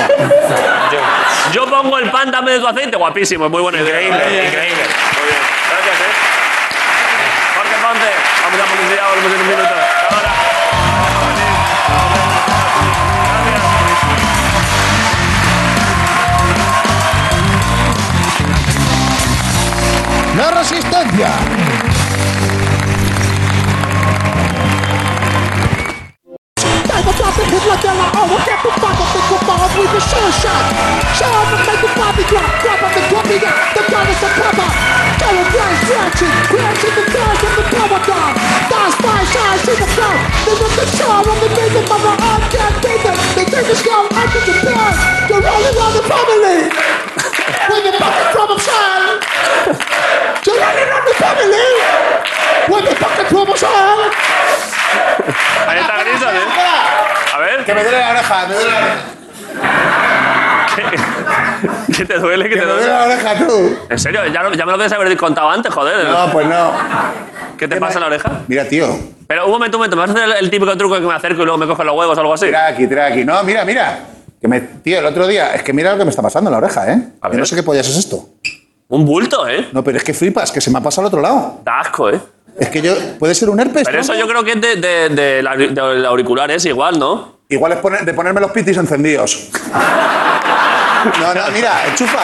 A: Yo pongo el pan, dame de tu aceite. Guapísimo, es muy buena idea.
G: Increíble, increíble.
A: Muy bien. Gracias, ¿eh? Jorge Ponte, vamos a publicidad, volvemos en un minuto. Hasta ahora.
C: ¡No resistencia!
A: Ahí está Grison, ¿eh? A ver,
C: Que me duele la oreja, me duele la oreja.
A: ¿qué te duele? ¿Qué
C: Que
A: te
C: me duele
A: duele?
C: la oreja tú.
A: En serio, ya, lo- ya me lo debes haber contado antes, joder.
C: No, pues no.
A: ¿Qué te pasa en la oreja?
C: Mira, tío.
A: Pero un momento, un momento, ¿me vas a hacer el, el típico truco que me acerco y luego me cogen los huevos o algo así?
C: Tira aquí, tira aquí. No, mira, mira. Que me, tío, el otro día, es que mira lo que me está pasando en la oreja, ¿eh?
A: A
C: Yo
A: ver.
C: no sé qué pollas es esto.
A: Un bulto, ¿eh?
C: No, pero es que flipas, que se me ha pasado al otro lado.
A: Da asco, ¿eh?
C: Es que yo. Puede ser un herpes.
A: Pero
C: ¿no?
A: eso yo creo que es de, de, de la- del auricular, es igual, ¿no?
C: Igual es poner- de ponerme los pitis encendidos. No, no, mira, enchufa.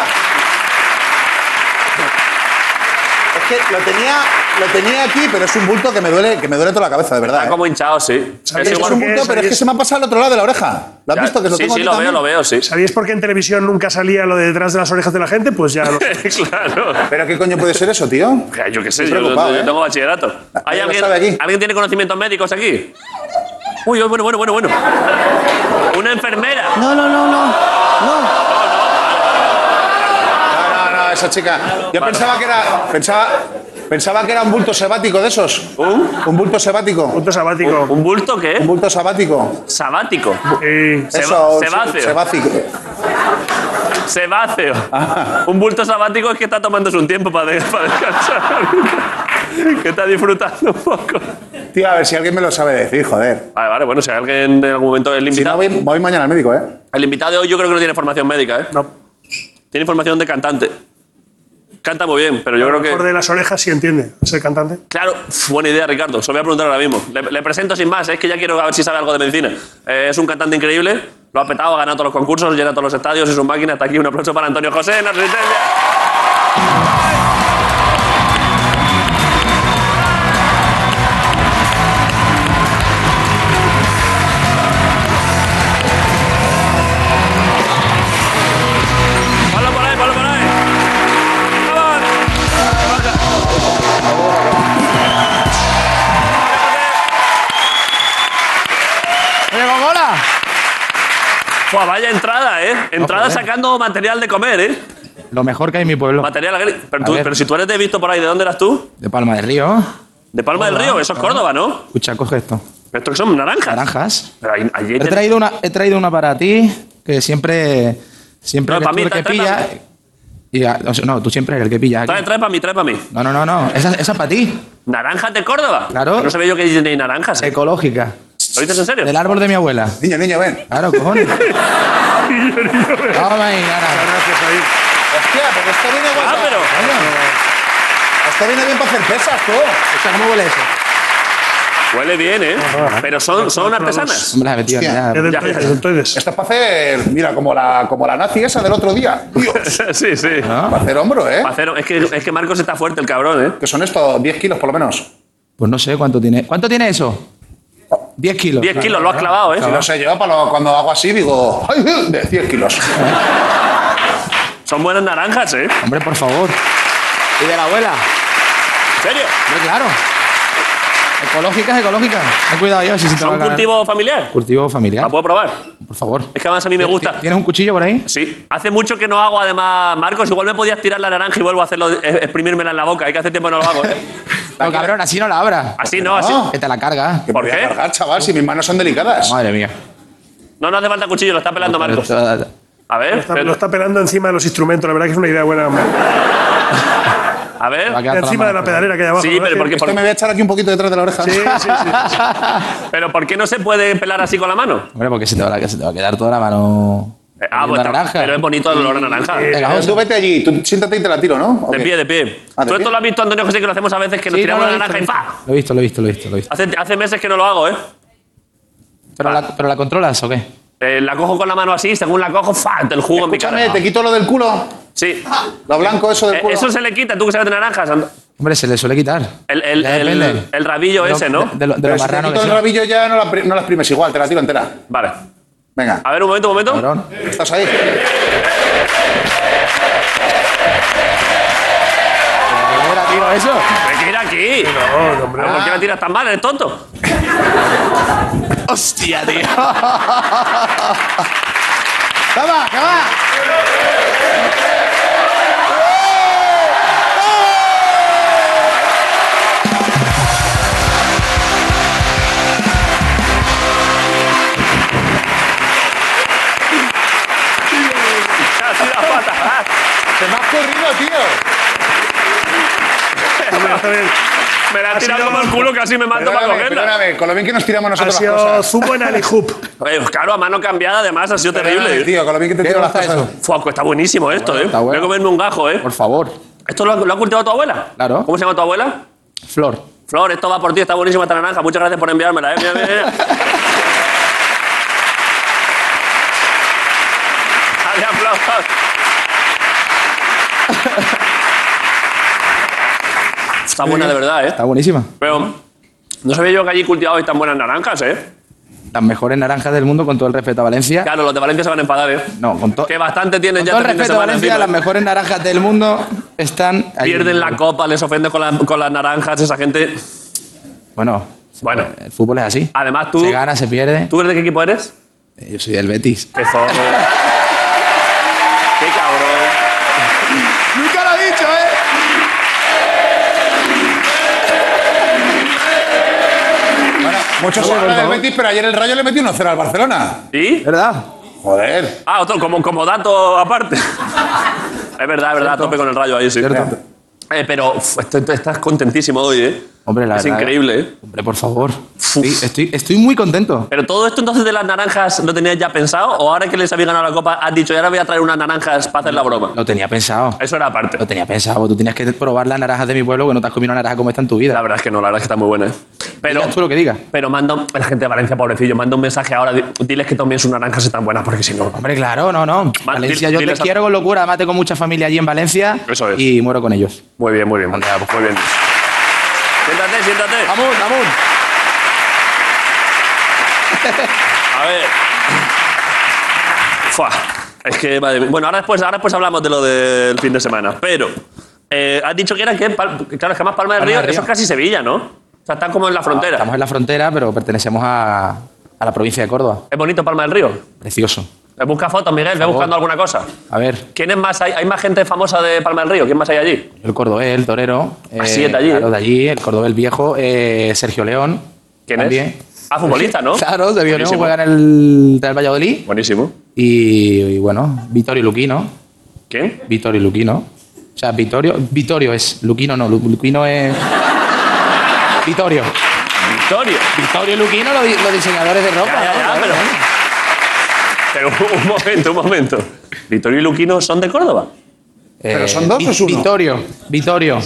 C: Es que lo tenía, lo tenía aquí, pero es un bulto que me duele, que me duele toda la cabeza, de verdad.
A: Está
C: ¿eh?
A: como hinchado, sí.
D: ¿Sabéis
A: Es
C: Es
A: igual.
C: un bulto,
D: es,
C: pero es que
D: es-
C: se me ha pasado al otro lado de la oreja. ¿Lo has
A: Ya,
C: visto? Que lo
A: sí,
C: tengo
A: sí,
C: aquí
A: lo veo,
C: también?
A: lo veo, sí.
D: ¿Sabíais por qué en televisión nunca salía lo de detrás de las orejas de la gente? Pues ya lo
A: claro.
C: ¿Pero qué coño puede ser eso, tío?
A: Ya, Yo qué sé,
C: Estoy
A: yo,
C: preocupado,
A: yo
C: ¿eh?
A: tengo bachillerato. ¿Hay
C: lo
A: alguien,
C: sabe aquí.
A: ¿Alguien tiene conocimientos médicos aquí? Uy, oh, bueno, bueno, bueno, bueno. Una enfermera.
F: No, no, no, no. No.
C: No, no, no, esa chica. Yo pensaba que era. Pensaba, pensaba que era un bulto sebático de esos.
A: ¿Un?
C: Un bulto sebático.
D: punto sabático.
A: ¿Un bulto
C: Un
A: qué?
C: bulto sabático.
A: Sabático.
D: Sí.
A: Seba-
C: Eso,
A: sebáceo.
C: sebático.
A: Sebáceo.
C: Ah.
A: Un bulto sabático es que está tomándose un tiempo para, de- para descansar. que está disfrutando un poco.
C: Tío, a ver si alguien me lo sabe decir, joder.
A: Vale, vale, bueno, si alguien en algún momento. El
C: Si no,
A: invitado,
C: voy, voy mañana al médico, ¿eh?
A: el invitado de hoy yo creo que no tiene formación médica, ¿eh?
D: No.
A: Tiene formación de cantante. Canta muy bien, pero yo creo
D: Por
A: que.
D: de las orejas sí entiende ser cantante.
A: Claro, pf, buena idea, Ricardo. Se lo voy a preguntar ahora mismo. Le, le presento sin más, es que ya quiero a ver si sabe algo de medicina. Eh, es un cantante increíble, lo ha petado, ha ganado todos los concursos, llena todos los estadios, es un máquina. Hasta aquí un aplauso para Antonio José en la Resistencia. Gola! Fua, vaya entrada, ¿eh? Entrada sacando material de comer, ¿eh?
E: Lo mejor que hay en mi pueblo.
A: Material agrí- pero, tú-
E: ver.
A: pero si tú eres de visto por ahí, ¿de dónde eras tú?
E: De Palma del Río.
A: De Palma del
E: Hola,
A: Río, eso es
E: claro.
A: Córdoba, ¿no?
E: Escucha, coge esto.
A: Pero estos que son naranjas.
E: Naranjas.
A: Pero ahí- allí
E: He
A: ten-
E: traído una, he traído una para ti que siempre, siempre
A: No,
E: eres
A: para
E: tú
A: mí,
E: el que
A: trae-
E: pilla.
A: trae-
E: Y a- o sea, no, tú siempre eres el que pilla. aquí.
A: Trae, trae para mí, trae para mí.
E: No, no, no, no. Esa, esa es para ti.
A: ¿Naranjas de Córdoba?
E: Claro.
A: No sabía yo que allí tenéis naranjas. ¿eh?
E: Ecológica.
A: ¿Lo dices en serio?
E: Del árbol de mi abuela.
C: Niño, niño, ven.
E: Claro, cojones. Vamos ahí,
C: Hostia, porque esto viene igual. Ah, pero. Esto viene bien para hacer pesas, tú. O sea, ¿cómo huele eso?
A: Huele bien, ¿eh? Pero son, son artesanas.
E: Hombre, la metí, ya.
A: Ya, ya, ya.
C: Esto es para hacer, mira, como la, como la nazi esa del otro día.
A: sí, sí.
C: Para hacer hombro, ¿eh?
A: Pa' hacer- es, que, es que Marcos está fuerte, el cabrón, ¿eh?
C: Que son estos 10 kilos por lo menos.
E: Pues no sé cuánto tiene. ¿Cuánto tiene eso? 10 kilos.
A: 10 kilos, lo has clavado, ¿eh?
C: Si no sé yo, para lo- cuando hago así, digo, ¡ay, ay, de 10 kilos!
A: Son buenas naranjas, ¿eh?
E: Hombre, por favor.
L: ¿Y de la abuela?
A: ¿En serio?
E: Hombre, claro. Ecológicas, ecológicas. Ten cuidado yo si se te va a
A: ¿Son
E: caer.
A: cultivo familiar?
E: Cultivo familiar.
A: ¿La puedo probar?
E: Por favor.
A: Es que además a mí me gusta.
E: ¿Tienes un cuchillo por ahí?
A: Sí. Hace mucho que no hago, además, Marcos. Igual me podías tirar la naranja y vuelvo a hacerlo, eh, exprimírmela en la boca. Hay que hace tiempo que no lo hago, ¿eh?
E: No, cabrón, así no la abras.
A: Así no, así.
E: Que te la carga.
C: Que me
A: ¿Por
C: voy a
A: qué?
C: cargar, chaval, si mis manos son delicadas.
E: Madre mía.
A: No, no hace falta cuchillo, lo está pelando Marcos. A
D: Lo
A: ver,
D: está,
A: pero-
D: lo está pelando encima de los instrumentos, la verdad que es una idea buena.
A: a ver.
D: Encima de la pedalera que hay abajo.
A: Sí,
D: la verdad
A: pero
D: que-
A: porque-
C: Esto Este me voy a echar aquí un poquito detrás de la oreja.
D: Sí, sí, sí.
A: Pero ¿por qué no se puede pelar así con la mano?
E: Hombre, porque se te, va a, se te va a quedar toda la mano.
A: Eh, Ah,
E: Oliendo
A: bueno,
E: a naranja.
A: pero es bonito el olor a naranja.
E: Eh,
C: Ah, Tú vete allí, tú siéntate y te la tiro, ¿no? ¿O
A: De
C: qué?
A: pie, de pie.
C: Ah, ¿de
A: Tú
C: pie?
A: esto lo has visto, Antonio José, que lo hacemos a veces, que nos
E: Sí, no,
A: tiramos la
E: lo he
A: naranja y
E: visto,
A: ¡pa!
E: Lo he visto, lo he visto, lo he visto. Lo he visto.
A: Hace, hace meses que no lo hago, ¿eh?
E: Pero, la, pero la controlas o qué?
A: Eh, La cojo con la mano así, según la cojo, ¡fa! Del jugo en mi cara.
C: Escúchame, te quito lo del culo.
A: Sí.
C: Lo blanco, eso del
A: Eh,
C: culo.
A: eso se le quita, tú que sabes de naranjas. Ant-
E: Hombre, se le suele quitar.
A: El, el,
E: Ya
A: el,
E: depende.
A: el rabillo
E: De lo-
A: ese, ¿no?
E: De, de lo, de lo
C: Pero si te
E: marrano
C: quito
E: que
C: el
E: sea.
C: rabillo ya no la, pri- no la exprimes igual, te la tiro entera.
A: Vale.
C: Venga,
A: A ver, un momento, un momento.
E: Cabrón.
C: estás ahí.
E: Mira, tío, eso.
A: Hay que ir aquí.
D: No, no, hombre.
A: Pero, ¿Por qué la tiras tan mal? ¿Eres tonto?
E: Hostia, tío.
C: ¡Toma, que va!
A: Así la pata. Ah,
C: ¡Se me ha corrido, tío!
D: Hombre, está bien.
A: Me la
D: Ha
A: has tirado
D: sido-
A: como el culo, casi me mato para
C: Perdóname,
A: cogerla.
C: perdóname, con lo bien que nos tiramos
D: Ha
C: nosotros las
D: sido
C: cosas.
D: zumo en Alihoop.
A: Oye, pues claro, a mano cambiada, además, ha sido
C: Perdóname,
A: terrible.
C: tío, con lo bien que te tiro las
E: gusta
C: cosas.
E: eso?
A: Fua, pues está buenísimo esto, ¿eh?
E: está
A: Voy
E: bueno.
A: a comerme un gajo, ¿eh?
E: Por favor.
A: ¿Esto lo ha, lo ha cultivado tu abuela?
E: Claro.
A: ¿Cómo se llama tu abuela?
E: Flor.
A: Flor, esto va por ti, está buenísima esta naranja. Muchas gracias por enviármela, ¿eh? Mira, mira, mira. Dale aplausos. Está buena de verdad, ¿eh?
E: Está buenísima.
A: Pero no sabía yo que allí cultivabais tan buenas naranjas, ¿eh?
E: Las mejores naranjas del mundo, con todo el respeto a Valencia.
A: Claro, los de Valencia se van a enfadar, ¿eh?
E: No, con, to-
A: Que bastante tienen
E: con
A: ya
E: todo el
A: este fin de
E: respeto a
A: semana
E: Valencia,
A: encima,
E: las
A: ¿eh?
E: mejores naranjas del mundo están ahí.
A: Pierden la copa, les ofendes con, la- con las naranjas, esa gente.
E: Bueno,
A: Bueno.
E: el fútbol es así.
A: Además, tú.
E: Se gana, se pierde.
A: ¿Tú eres de qué equipo eres?
E: Eh, Yo soy del Betis.
A: Qué zorro. Qué eh. cabrón.
C: ¡Nunca lo he dicho, eh! Bueno, muchos se hablan del Betis, pero ayer el Rayo le metió 1-0 al Barcelona.
A: ¿Y?
E: ¿Verdad?
C: Joder.
A: Ah, otro, como, como dato aparte. es verdad, es verdad, a tope con el rayo ahí, sí.
E: Cierto.
A: Eh, pero uf, esto- esto- estás contentísimo hoy, ¿eh?
E: Hombre, la
A: es
E: verdad.
A: increíble, ¿eh?
E: Hombre, por favor. Estoy, estoy, estoy muy contento.
A: Pero todo esto entonces de las naranjas lo tenías ya pensado o ahora que les habéis ganado la copa has dicho, y ahora voy a traer unas naranjas para hacer la broma.
E: Lo tenía pensado.
A: Eso era aparte.
E: Lo tenía pensado. Tú tenías que probar las naranjas de mi pueblo, que no te has comido una naranja como esta en tu vida.
A: La verdad es que no, la verdad es que está muy buena, ¿eh? Pero,
E: Digas tú lo que digas.
A: pero manda, un- la gente de Valencia, pobrecillo, manda un mensaje ahora, di- diles que también sus naranjas están buenas porque si no...
E: Hombre, claro, no, no. Valencia, yo te
A: diles a-
E: quiero con locura. Además, tengo mucha familia allí en Valencia.
A: Eso es.
E: Y muero con ellos.
A: Muy bien, muy bien.
E: Anda, por
A: muy bien. Siéntate, siéntate.
E: ¡Vamos, vamos!
A: A ver. Fua. Es que, madre mía. Bueno, ahora después, ahora después hablamos de lo del fin de semana. Pero, eh, has dicho que era que. Pal- Claro, es que más Palma del
E: Palma
A: Río,
E: del Río.
A: eso
E: Ah,
A: es casi Sevilla, ¿no? O sea, están como en la frontera.
E: Estamos en la frontera, pero pertenecemos a, a la provincia de Córdoba.
A: Es bonito Palma del Río.
E: Precioso.
A: Eh, Busca fotos, Miguel, ve
E: favor.
A: buscando alguna cosa.
E: A ver,
A: ¿Quién es más? ¿Hay, hay más gente famosa de Palma del Río? ¿Quién más hay allí?
E: el cordobés, el torero.
A: Así es de allí,
E: Claro,
A: ¿eh?
E: de allí, el cordobés el viejo, eh, Sergio León.
A: ¿Quién
E: también.
A: es? Ah, futbolista, ¿no?
E: Claro, Sergio León
A: Buenísimo.
E: juega en el Real Valladolid.
A: Buenísimo.
E: Y, y bueno, Vittorio Luquino.
A: ¿Quién?
E: Vittorio Luquino. O sea, Vittorio, Vittorio es, Luquino no, Lu- Luquino es... Vittorio.
A: Vittorio.
E: Vittorio Luquino, los, di- los diseñadores de ropa.
A: Ya, ya,
E: ¿no?
A: pero- Pero un un momento, un momento. Vittorio y Luquino son de Córdoba.
E: Eh, Vi- Vittorio, Vittorio.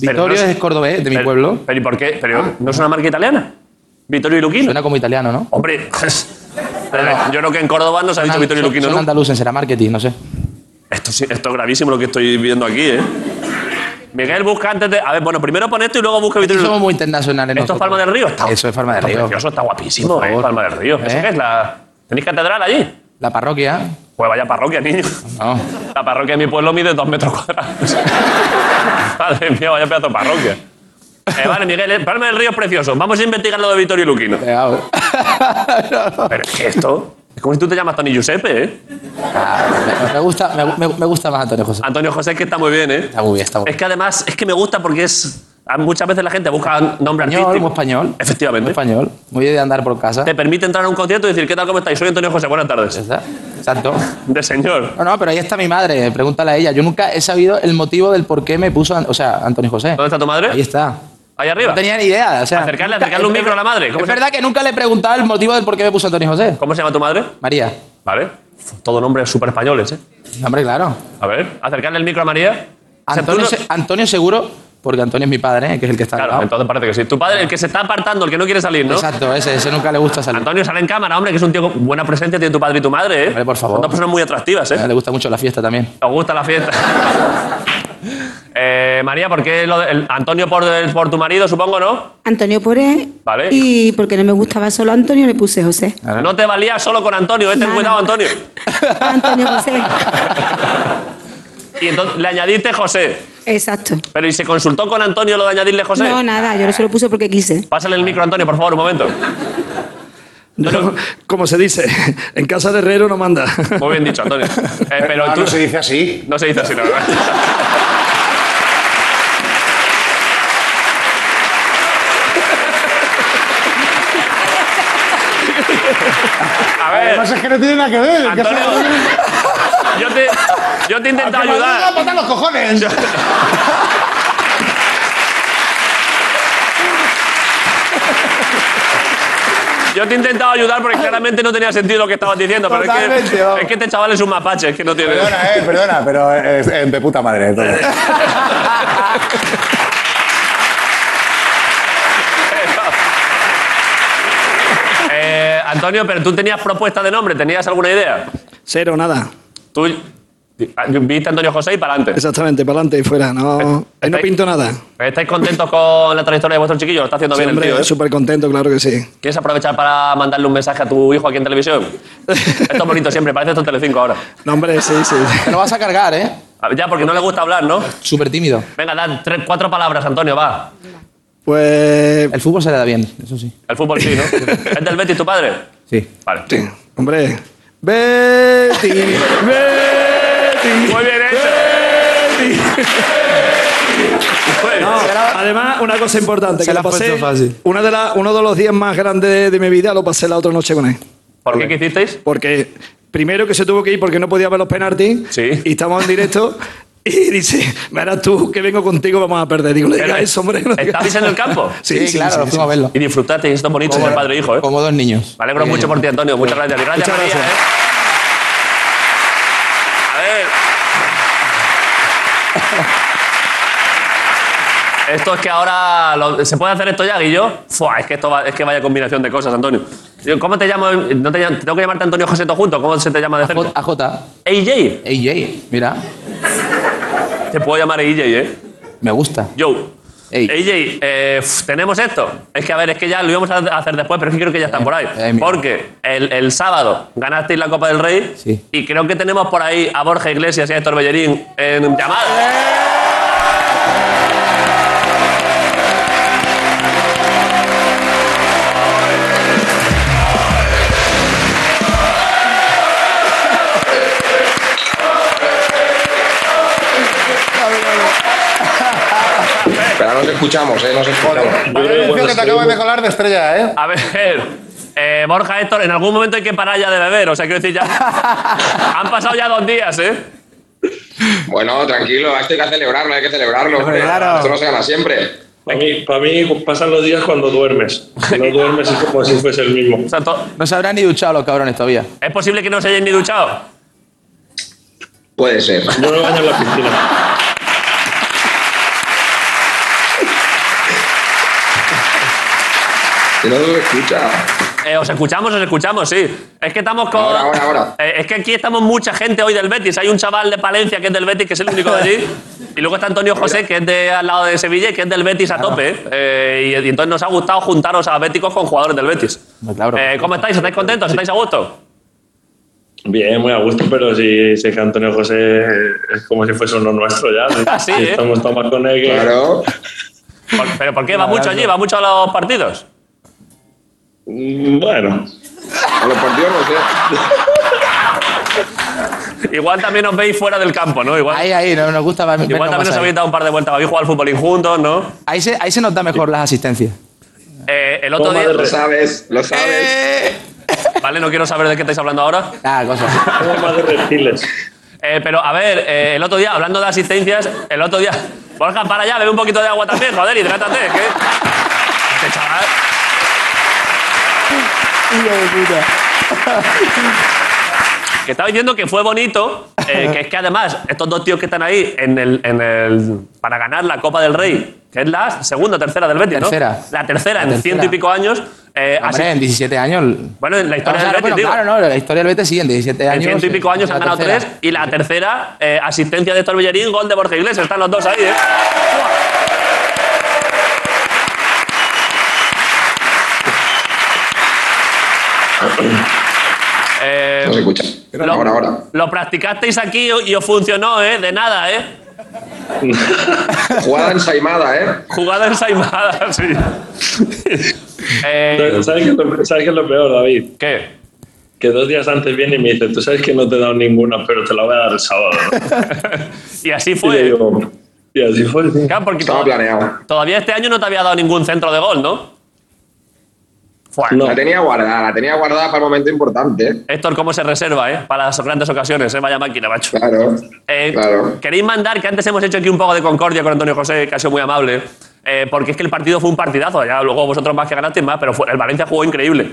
E: Vittorio
A: Pero no
E: es cordobés, de mi
A: pero-
E: pueblo.
A: ¿Pero y por qué? ¿Pero no es una marca italiana? Vittorio y Luquino.
E: Suena como italiano, ¿no?
A: Hombre, yo creo que en Córdoba no se ha dicho Vittorio y
E: Son-
A: Luquino
E: son
A: nunca.
E: andaluces, será marketing, no sé.
A: Esto, sí- esto es gravísimo lo que estoy viendo aquí, ¿eh? Miguel, busca antes de... A ver, bueno, primero pon esto y luego busca Vittorio y
E: Somos
A: Luquino.
E: muy internacionales
A: ¿Esto es
E: nosotros.
A: Palma del Río? Está,
E: Eso es Palma del
A: está
E: Río.
A: precioso, está guapísimo,
E: Por
A: ¿eh?
E: favor.
A: Palma del Río. ¿Eso
E: ¿Eh?
A: qué es? La... ¿Tenéis catedral allí?
E: La parroquia.
A: Pues vaya parroquia, niño.
E: No.
A: La parroquia de mi pueblo mide dos metros cuadrados. Madre mía, vaya pedazo de parroquia. Eh, vale, Miguel, el Palma del Río es precioso. Vamos a investigar lo de Vittorio Luquino. Pero es que esto... Es como si tú te llamas Tony Giuseppe, ¿eh?
E: Me, me gusta, me, me- me gusta más Antonio José.
A: Antonio José, es que está muy bien, ¿eh?
E: Está muy bien, está muy
A: Es
E: bien.
A: que además, es que me gusta porque es... Muchas veces la gente busca nombre
E: Español, muy
A: artístico.
E: español.
A: Efectivamente.
E: Muy español. Muy de andar por casa.
A: Te permite entrar a un concierto y decir, ¿qué tal, cómo estáis? Soy Antonio José, buenas tardes.
E: ¿verdad? Exacto.
A: De señor.
E: No, no, pero ahí está mi madre. Pregúntale a ella. Yo nunca he sabido el motivo del por qué me puso, an- o sea, Antonio José.
A: ¿Dónde está tu madre?
E: Ahí está.
A: Ahí arriba.
E: No tenía ni idea. O sea,
A: Acercarle,
E: nunca-
A: acercarle un
E: es-
A: micro a la madre. ¿Cómo
E: Es
A: se-
E: verdad que nunca le he preguntado el motivo del por qué me puso Antonio José.
A: ¿Cómo se llama tu madre?
E: María.
A: Vale. Todo nombres súper españoles, ¿eh?
E: Hombre, claro.
A: A ver, acercarle el micro a María. O sea, tú
E: Antonio,
A: no-
E: se- Antonio seguro, porque Antonio es mi padre, ¿eh? que es el que está al
A: Claro,
E: lado.
A: entonces parece que sí. Tu padre, el que se está apartando, el que no quiere salir, ¿no?
E: Exacto, ese, ese nunca le gusta salir.
A: Antonio, sale en cámara, hombre, que es un tío con buena presencia, tiene tu padre y tu madre, ¿eh?
E: Vale, por favor.
A: Son dos personas muy atractivas,
E: A él
A: ¿eh?
E: Le gusta mucho la fiesta también.
A: Nos gusta la fiesta. Eh, María, ¿por qué lo de- el- Antonio por, el- por tu marido, supongo, no?
M: Antonio Poré.
A: Vale.
M: Y porque no me gustaba solo Antonio, le puse José.
A: No te valía solo con Antonio, ¿eh? Ten
M: Nada.
A: cuidado, Antonio.
M: Antonio José.
A: Y entonces le añadiste José.
M: Exacto.
A: Pero ¿y se consultó con Antonio lo de añadirle José?
M: No, nada, yo se lo puse porque quise.
A: Pásale el micro, Antonio, por favor, un momento.
N: Como se dice, en casa de Herrero no manda.
A: Muy bien dicho, Antonio. Eh, pero
N: Ah,
A: tú...
N: no se
C: dice así.
A: No se dice así, la verdad. A ver.
C: Además es que no tiene nada que ver. que
A: Antonio,
C: se-
A: yo te, yo te intento
C: Aunque me
A: ayudar.
C: venga a patar los cojones.
A: Yo te he intentado ayudar porque claramente no tenía sentido lo que estabas diciendo, pero es
C: Totalmente,
A: que,
C: vamos.
A: es que este chaval es un mapache, es que no tiene.
C: Perdona, eh, perdona, pero es, es de puta madre. eh, entonces.
A: Eh, Antonio, pero tú tenías propuesta de nombre, ¿tenías alguna idea?
N: Cero, nada.
A: Tú ah, viste a Antonio José y para adelante.
N: Exactamente, para adelante y fuera. No, ahí no pinto nada.
A: ¿Estáis contentos con la trayectoria de vuestro chiquillo? Lo está haciendo
N: Sí,
A: bien
N: hombre,
A: el tío. ¿eh?
N: súper contento, claro que sí.
A: ¿Quieres aprovechar para mandarle un mensaje a tu hijo aquí en televisión? Esto es bonito siempre, parece esto en Telecinco ahora.
N: No, hombre, sí, sí.
E: Te lo vas a cargar, ¿eh?
A: A ver, Ya, porque no le gusta hablar, ¿no?
E: Súper tímido.
A: Venga, dan tres, cuatro palabras, Antonio, va.
N: Pues.
E: El fútbol se le da bien, eso sí.
A: El fútbol sí, ¿no? ¿Es del Betis tu padre?
E: Sí.
A: Vale.
N: Hombre. Betty, Betty.
A: Muy bien ¿eh? hecho.
N: No, además, una cosa importante.
O: Se
N: que
O: la
N: lo
O: has
N: pasé,
O: puesto fácil.
N: Una de la- uno de los días más grandes de, de mi vida lo pasé la otra noche con él.
A: ¿Por qué qué hicisteis?
N: Porque primero que se tuvo que ir porque no podía ver los penaltis. Y estamos en directo. Y dice, verás tú que vengo contigo, vamos a perder. Digo, no digas eso, hombre. no digas
A: ¿Estabais
N: eso".
A: en el campo?
N: Sí, sí,
E: claro,
N: sí,
E: lo
N: sí.
E: fuimos a verlo.
A: Y disfrutasteis, esto es bonito,
E: Como-
A: entre padre e hijo, ¿eh?
E: Como dos niños.
A: Me alegro mucho por ti, Antonio. Muchas gracias. Y Gracias,
E: Muchas
A: María.
E: gracias.
A: ¿eh? A ver. Esto es que ahora. lo- ¿Se puede hacer esto ya, Guillo? Fua, es que esto va- es que vaya combinación de cosas, Antonio. Yo, ¿Cómo te llamo? No te, llamo- tengo que llamarte Antonio José todo junto. ¿Cómo se te llama de cerca? ¿E
E: AJ.
A: AJ.
E: AJ, mira.
A: Te puedo llamar AJ, ¿eh?
E: Me gusta.
A: Yo. AJ, eh, f- tenemos esto. Es que, a ver, es que ya lo íbamos a hacer después, pero es que creo que ya están por ahí. Porque el, el sábado ganasteis la Copa del Rey
E: Sí.
A: y creo que tenemos por ahí a Borja Iglesias y a Héctor Bellerín en llamada.
E: ¡Eh!
P: nos escuchamos, ¿eh? Nos escuchamos.
C: Atención, que te acabo de colar de estrella, ¿eh?
A: A ver, eh, Borja, Héctor, en algún momento hay que parar ya de beber. O sea, quiero decir, ya. Han pasado ya dos días, ¿eh?
P: Bueno, tranquilo, esto hay que celebrarlo, hay que celebrarlo.
A: Hombre,
P: hombre.
A: claro.
P: Esto no se gana siempre.
I: Para mí, para mí pasan los días cuando duermes. Cuando duermes es como si fuese el mismo.
E: No se habrán ni duchado los cabrones todavía.
A: ¿Es posible que no se hayan ni duchado?
P: Puede ser.
I: Yo me baño en la piscina.
P: Si no nos escucha.
A: Eh, os escuchamos, os escuchamos, sí. Es que estamos con.
P: Ahora, ahora, ahora.
A: Eh, es que aquí estamos mucha gente hoy del Betis. Hay un chaval de Palencia que es del Betis, que es el único de allí. Y luego está Antonio José, que es de al lado de Sevilla y que es del Betis a tope. ¿eh? Eh, y, y entonces nos ha gustado juntaros a béticos con jugadores del Betis. Eh, ¿Cómo estáis? ¿Estáis contentos? ¿Estáis a gusto?
I: Bien, muy a gusto, pero sí sé que Antonio José Eh, es como si fuese uno nuestro ya.
A: Sí, ¿eh?
I: Estamos tan mal con él que...
P: Claro.
A: Por- ¿Pero por qué? ¿Va mucho allí? ¿Va mucho a los partidos?
I: Mm, Bueno.
P: A los partidos no sé.
A: Igual también os veis fuera del campo, ¿no? Igual,
E: Ahí, ahí, no- nos gusta más.
A: igual también os habéis dado un par de vueltas. Habéis jugado al fútbolín juntos, ¿no?
E: ahí, se, ahí se nos da mejor las asistencias.
A: Eh, el otro
E: Toma
A: día.
E: de Eh. Lo rey.
P: sabes, lo sabes.
A: Vale, no quiero saber de qué estáis hablando ahora.
E: Ah, cosas.
I: de reptiles.
A: pero a ver, eh, el otro día, hablando de asistencias, el otro día. Borja, para allá, bebe un poquito de agua también, joder, hidrátate, ¿qué? Este chaval. Que estaba diciendo que fue bonito, eh, que es que además, estos dos tíos que están ahí en el, en el- para ganar la Copa del Rey, que es la segunda o tercera del Betis, ¿no?
E: Tercera.
A: La tercera
E: La
A: en
E: tercera.
A: ciento y pico años. eh, ha
E: Hombre,
A: sido-
E: en 17 años.
A: bueno, en la historia
E: O sea,
A: del
E: no,
A: Betis,
E: pero
A: digo.
E: claro, no, la historia del Betis Este sí, en 17
A: En
E: años. eh,
A: ciento y pico años
E: la
A: han ganado
E: tercera.
A: tres. Y la tercera, eh, asistencia de Héctor Bellerín, gol de Borja Iglesias. Están los dos ahí, ¿eh? Eh,
P: No se escucha.
A: Lo,
P: Ahora, ahora.
A: lo practicasteis aquí y os funcionó, ¿eh? De nada, ¿eh?
P: Jugada ensaimada, ¿eh?
A: Jugada ensaimada, sí. Eh,
I: ¿Sabes qué, es lo, sabes qué es lo peor, David?
A: ¿Qué?
I: Que dos días antes viene y me dice, tú sabes que no te he dado ninguna, pero te la voy a dar el sábado.
A: y así
I: fue. Y, le digo, "Y así fue. sí".
A: Claro, porque
I: Estaba
A: to-
I: planeado.
A: Todavía este año no te había dado ningún centro de gol, ¿no? Fuá.
P: La tenía guardada, la tenía guardada para el momento importante. ¿eh?
A: Héctor, cómo se reserva, ¿eh? Para las grandes ocasiones, ¿eh? Vaya máquina, macho.
P: Claro.
A: Eh,
P: Claro.
A: Queréis mandar, que antes hemos hecho aquí un poco de concordia con Antonio José, que ha sido muy amable, eh, porque es que el partido fue un partidazo, ya luego vosotros más que ganasteis más, pero fue- el Valencia jugó increíble.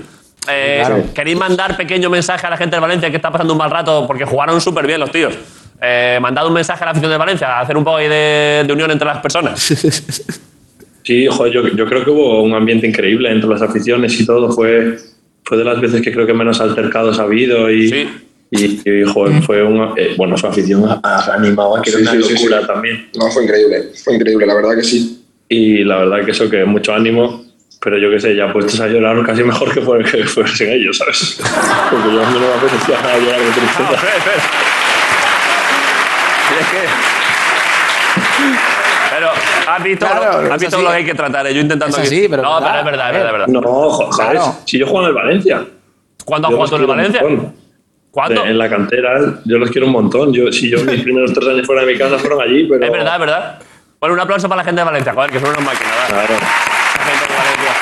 A: Eh,
E: Claro.
A: Queréis mandar pequeño mensaje a la gente de Valencia que está pasando un mal rato, porque jugaron súper bien los tíos. Eh, mandad un mensaje a la afición de Valencia, a hacer un poco ahí de, de unión entre las personas.
I: Sí, joder, yo, yo creo que hubo un ambiente increíble entre las aficiones y todo. Fue, fue de las veces que creo que menos altercados ha habido y, y, y, joder, fue una, eh, bueno, su afición a- a- animaba, que
P: Mm. Sí,
I: era una
P: sí, sí,
I: locura
P: sí.
I: también.
P: No, fue increíble, fue increíble, la verdad que sí.
I: Y la verdad que eso, que mucho ánimo, pero yo qué sé, ya puestos a llorar casi mejor que, fue, que fuesen ellos, ¿sabes? Porque yo a mí no me apetecía nada llorar de tristeza.
A: Y es que- Pero has visto,
I: Claro,
A: lo, has
I: es
A: visto
I: así.
A: lo que hay que tratar, ¿eh? yo intentando...
I: Es
A: aquí-
I: así, pero
A: no,
I: verdad,
A: pero es verdad, es verdad, es verdad.
I: No, joder,
A: Claro.
I: si yo juego en el Valencia.
A: ¿Cuándo has
I: Yo
A: jugado tú en el
I: los
A: Valencia?
I: quiero un montón.
A: ¿Cuándo?
I: En la cantera, yo los quiero un montón. Yo, si yo mis primeros tres años fuera de mi casa fueron allí, pero.
A: Es verdad, es verdad. Bueno, un aplauso para la gente de Valencia, joder, que son unos máquinas. ¿verdad? La gente de Valencia.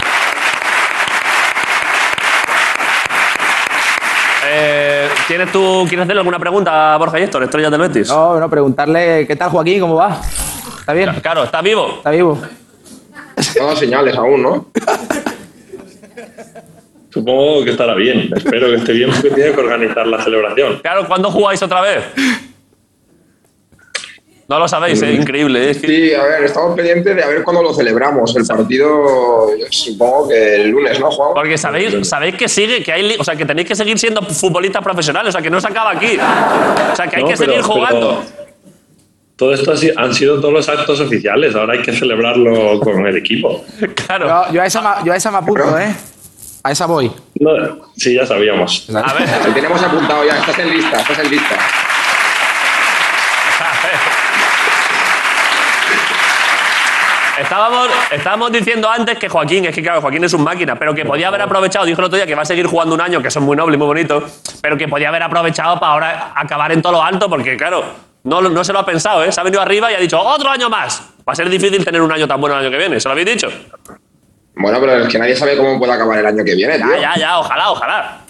A: Eh, ¿tienes tú, ¿Quieres hacerle alguna pregunta a Borja y Héctor, estrellas del Betis?
E: No, no, preguntarle qué tal Joaquín, cómo va. ¿Está bien?
A: Claro, ¿está vivo? Está
E: vivo.
P: No da señales aún, ¿no?
I: Supongo que estará bien. Espero que esté bien porque tiene que organizar la celebración.
A: Claro, ¿cuándo jugáis otra vez? No lo sabéis, ¿eh? increíble. ¿eh? Es que-
P: Sí, a ver, estamos pendientes de a ver cuándo lo celebramos. El partido, yo supongo que el lunes, ¿no, Juan?
A: Porque sabéis, sabéis que sigue, que hay, li- o sea, que tenéis que seguir siendo futbolistas profesionales, o sea, que no se acaba aquí. O sea, que hay
I: No,
A: que
I: pero-
A: seguir jugando.
I: pero Todo esto ha sido- han sido todos los actos oficiales. Ahora hay que celebrarlo con el equipo.
A: Claro.
E: Yo, yo a esa ma- yo a esa me apunto, ¿eh? A esa voy.
I: No, sí, ya sabíamos.
A: A ver.
P: Lo tenemos apuntado ya, estás en lista, estás en lista.
A: Estábamos, estábamos diciendo antes que Joaquín, es que claro, Joaquín es un máquina, pero que podía haber aprovechado, dijo el otro día que va a seguir jugando un año, que eso es muy noble y muy bonito, pero que podía haber aprovechado para ahora acabar en todo lo alto, porque claro, No, lo- no se lo ha pensado, ¿eh? Se ha venido arriba y ha dicho, otro año más. Va a ser difícil tener un año tan bueno el año que viene, ¿se lo habéis dicho?
P: Bueno, pero es que nadie sabe cómo puede acabar el año que viene,
A: Ya,
P: tío.
A: ya, ya, ojalá, ojalá.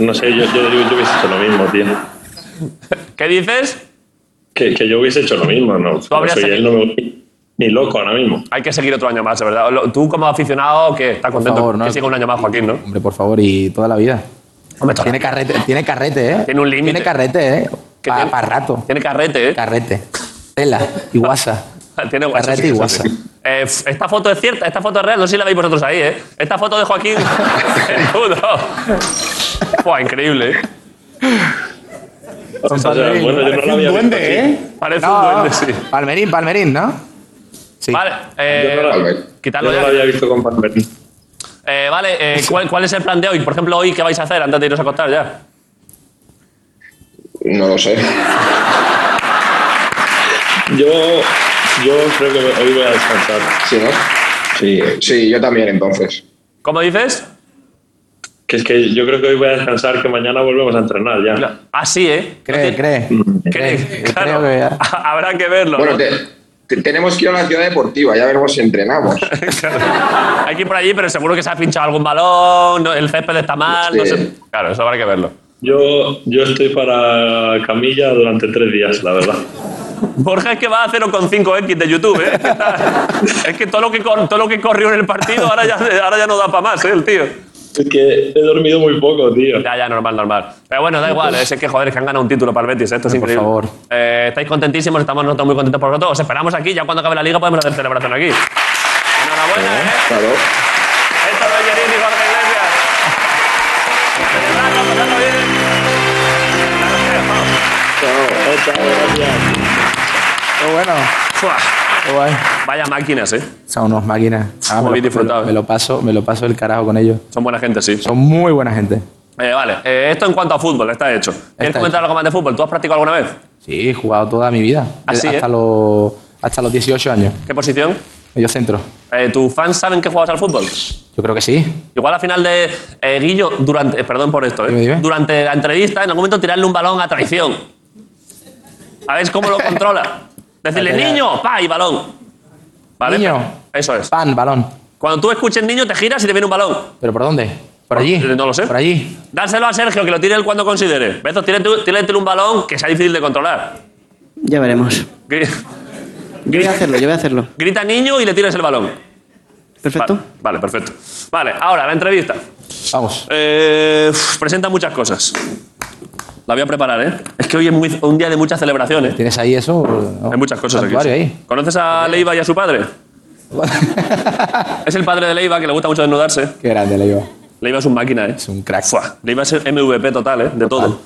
I: No sé, yo, yo, yo hubiese hecho lo mismo, tío.
A: ¿Qué dices?
I: Que, que yo hubiese hecho lo mismo, ¿no?
A: habrías
I: Soy él, no me voy ni loco ahora mismo.
A: Hay que seguir otro año más, de verdad. Lo- Tú como aficionado, que estás contento
E: favor, no.
A: que siga un año más, Ah, Joaquín, ¿no?
E: Hombre, por favor, y toda la vida.
A: Hombre, toda
E: tiene carrete, tiene carrete, ¿eh?
A: Tiene un límite.
E: Tiene carrete, ¿eh? Para rato.
A: Tiene carrete, ¿eh?
E: Carrete. Tela y guasa.
A: Tiene guasa,
E: Carrete
A: sí,
E: y
A: eso
E: guasa.
A: sí. Eh, f- esta foto es cierta, esta foto es real, no sé si la veis vosotros ahí, ¿eh? Esta foto de Joaquín. Menudo. Buah, increíble, ¿eh?
I: O sea,
E: Palmerín,
I: bueno, yo no
E: parece
I: lo
E: un
I: había
E: duende,
I: visto
E: ¿eh?
I: así.
A: Parece
E: No,
A: un duende, sí.
E: Palmerín, Palmerín, ¿no?
A: Vale, eh,
I: Yo no la-
A: quitarlo
I: yo no
A: ya.
I: lo había visto con Palmerín.
A: Eh, vale, eh, ¿cuál, cuál es el plan de hoy? Por ejemplo, hoy, ¿qué vais a hacer antes de iros a acostar ya?
P: No lo sé.
I: Yo, yo creo que hoy voy a descansar.
P: ¿Sí, no?
I: Sí.
P: Sí, yo también, entonces.
A: ¿Cómo dices?
I: Que es que yo creo que hoy voy a descansar, que mañana volvemos a entrenar ya.
A: Así, ¿eh?
E: Cree, cree.
A: cree, claro. Habrá que verlo.
P: Bueno,
A: ¿no?
P: te- te- tenemos que ir a la ciudad deportiva, ya veremos si entrenamos.
A: Hay que ir por allí, pero seguro que se ha pinchado algún balón, no- el césped está mal, no
I: Sí.
A: sé. Claro, eso habrá que verlo.
I: Yo, yo estoy para camilla durante tres días, la verdad.
A: Borja es que va a 0,5x de YouTube, ¿eh? Es que está- Es que todo lo que, cor- todo lo que corrió en el partido ahora ya, ahora ya no da para más, ¿eh? El tío.
I: Es que he dormido muy poco, tío.
A: Ya, ya, normal, normal. Pero bueno, da igual, ¿eh? es que joder, es que han ganado un título para el Betis, ¿eh? esto es increíble. Por favor. estáis contentísimos, estamos nosotros muy contentos por vosotros. Os esperamos aquí, ya cuando acabe la liga podemos hacer celebración aquí. Enhorabuena, ¿eh?
P: Claro.
A: Héctor Bellerín y Borja Iglesias. Celebrando, pasadlo bien.
E: Qué bueno. Qué guay.
A: Vaya máquinas, ¿eh?
E: Son unos máquinas. Ah,
A: Muy
E: me, lo,
A: bien disfrutado,
E: me lo- me lo paso, me lo paso el carajo con ellos.
A: Son buena gente, sí.
E: Son muy buena gente.
A: Eh, vale, eh, esto en cuanto a fútbol, está hecho. ¿Quieres
E: Está
A: comentar algo más de fútbol? ¿Tú has practicado alguna vez?
E: Sí, he jugado toda mi vida.
A: ¿Ah, sí,
E: hasta,
A: eh?
E: los, hasta los 18 años.
A: ¿Qué posición?
E: Yo centro.
A: Eh, ¿Tus fans saben que jugabas al fútbol?
E: Yo creo que sí.
A: Igual al final de eh, Guillo, durante, eh, perdón por esto, eh, durante la entrevista, en algún momento tirarle un balón a traición. A ver cómo lo controla. Decirle,
E: Vale, ya.
A: niño, pa, y balón. ¿Vale?
E: Niño.
A: Eso es.
E: Pan, balón.
A: Cuando tú escuches niño, te giras y te viene un balón. Eh,
E: ¿Pero por dónde? ¿Por allí?
A: No lo sé.
E: Por allí.
A: Dárselo a Sergio, que lo tire él cuando considere. Beto, tírate, tírate un balón que sea difícil de controlar.
F: Ya veremos.
A: Gri-
F: Yo voy a hacerlo, yo voy a hacerlo.
A: Grita niño y le tiras el balón.
F: Perfecto.
A: Vale, vale, perfecto. Vale, ahora la entrevista.
E: Vamos.
A: Eh, uf, presenta muchas cosas. La voy a preparar, ¿eh? Es que hoy es muy- un día de muchas celebraciones.
E: ¿Tienes ahí eso? No.
A: Hay muchas cosas aquí.
E: Santuario ahí.
A: ¿Conoces a Leiva y a su padre? es el padre de Leiva que le gusta mucho desnudarse.
E: Qué grande le iba.
A: Leiva es un máquina, ¿eh? Es
E: un crack.
A: Leiva es el MVP total, ¿eh? De todo.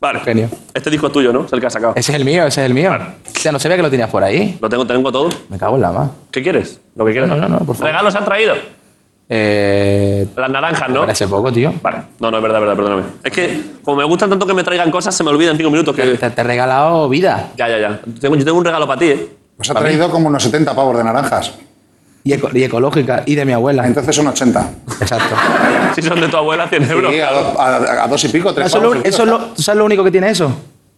A: Vale.
E: Genio.
A: Este disco es tuyo, ¿no? Es el que has sacado.
E: Ese es el mío, ese es el mío. O sea, no sabía que lo tenías por ahí.
A: Lo tengo, tengo todo.
E: Me cago en la más.
A: ¿Qué quieres? Lo que quieras.
E: No, no, no, por favor.
A: ¿Regalos han traído?
E: Eh,
A: Las naranjas, ¿no?
E: Hace poco, tío.
A: No, no, es verdad, es verdad, perdóname. Es que, como me gustan tanto que me traigan cosas, se me olvida en cinco minutos que...
E: Te, te he regalado vida.
A: Ya, ya, ya. Tengo- yo tengo un regalo para ti, ¿eh?
C: Os ha traído como unos 70 pavos de naranjas.
E: Y, eco- y ecológica. Y de mi abuela.
C: Entonces son 80.
E: Exacto.
A: Si son de tu abuela, 100 euros.
C: Sí, a, do- a- a dos y pico, tres
E: Eso es
C: pavos
E: lo-
C: el
E: eso es
C: kilo.
E: lo- ¿Tú sabes lo único que tiene eso?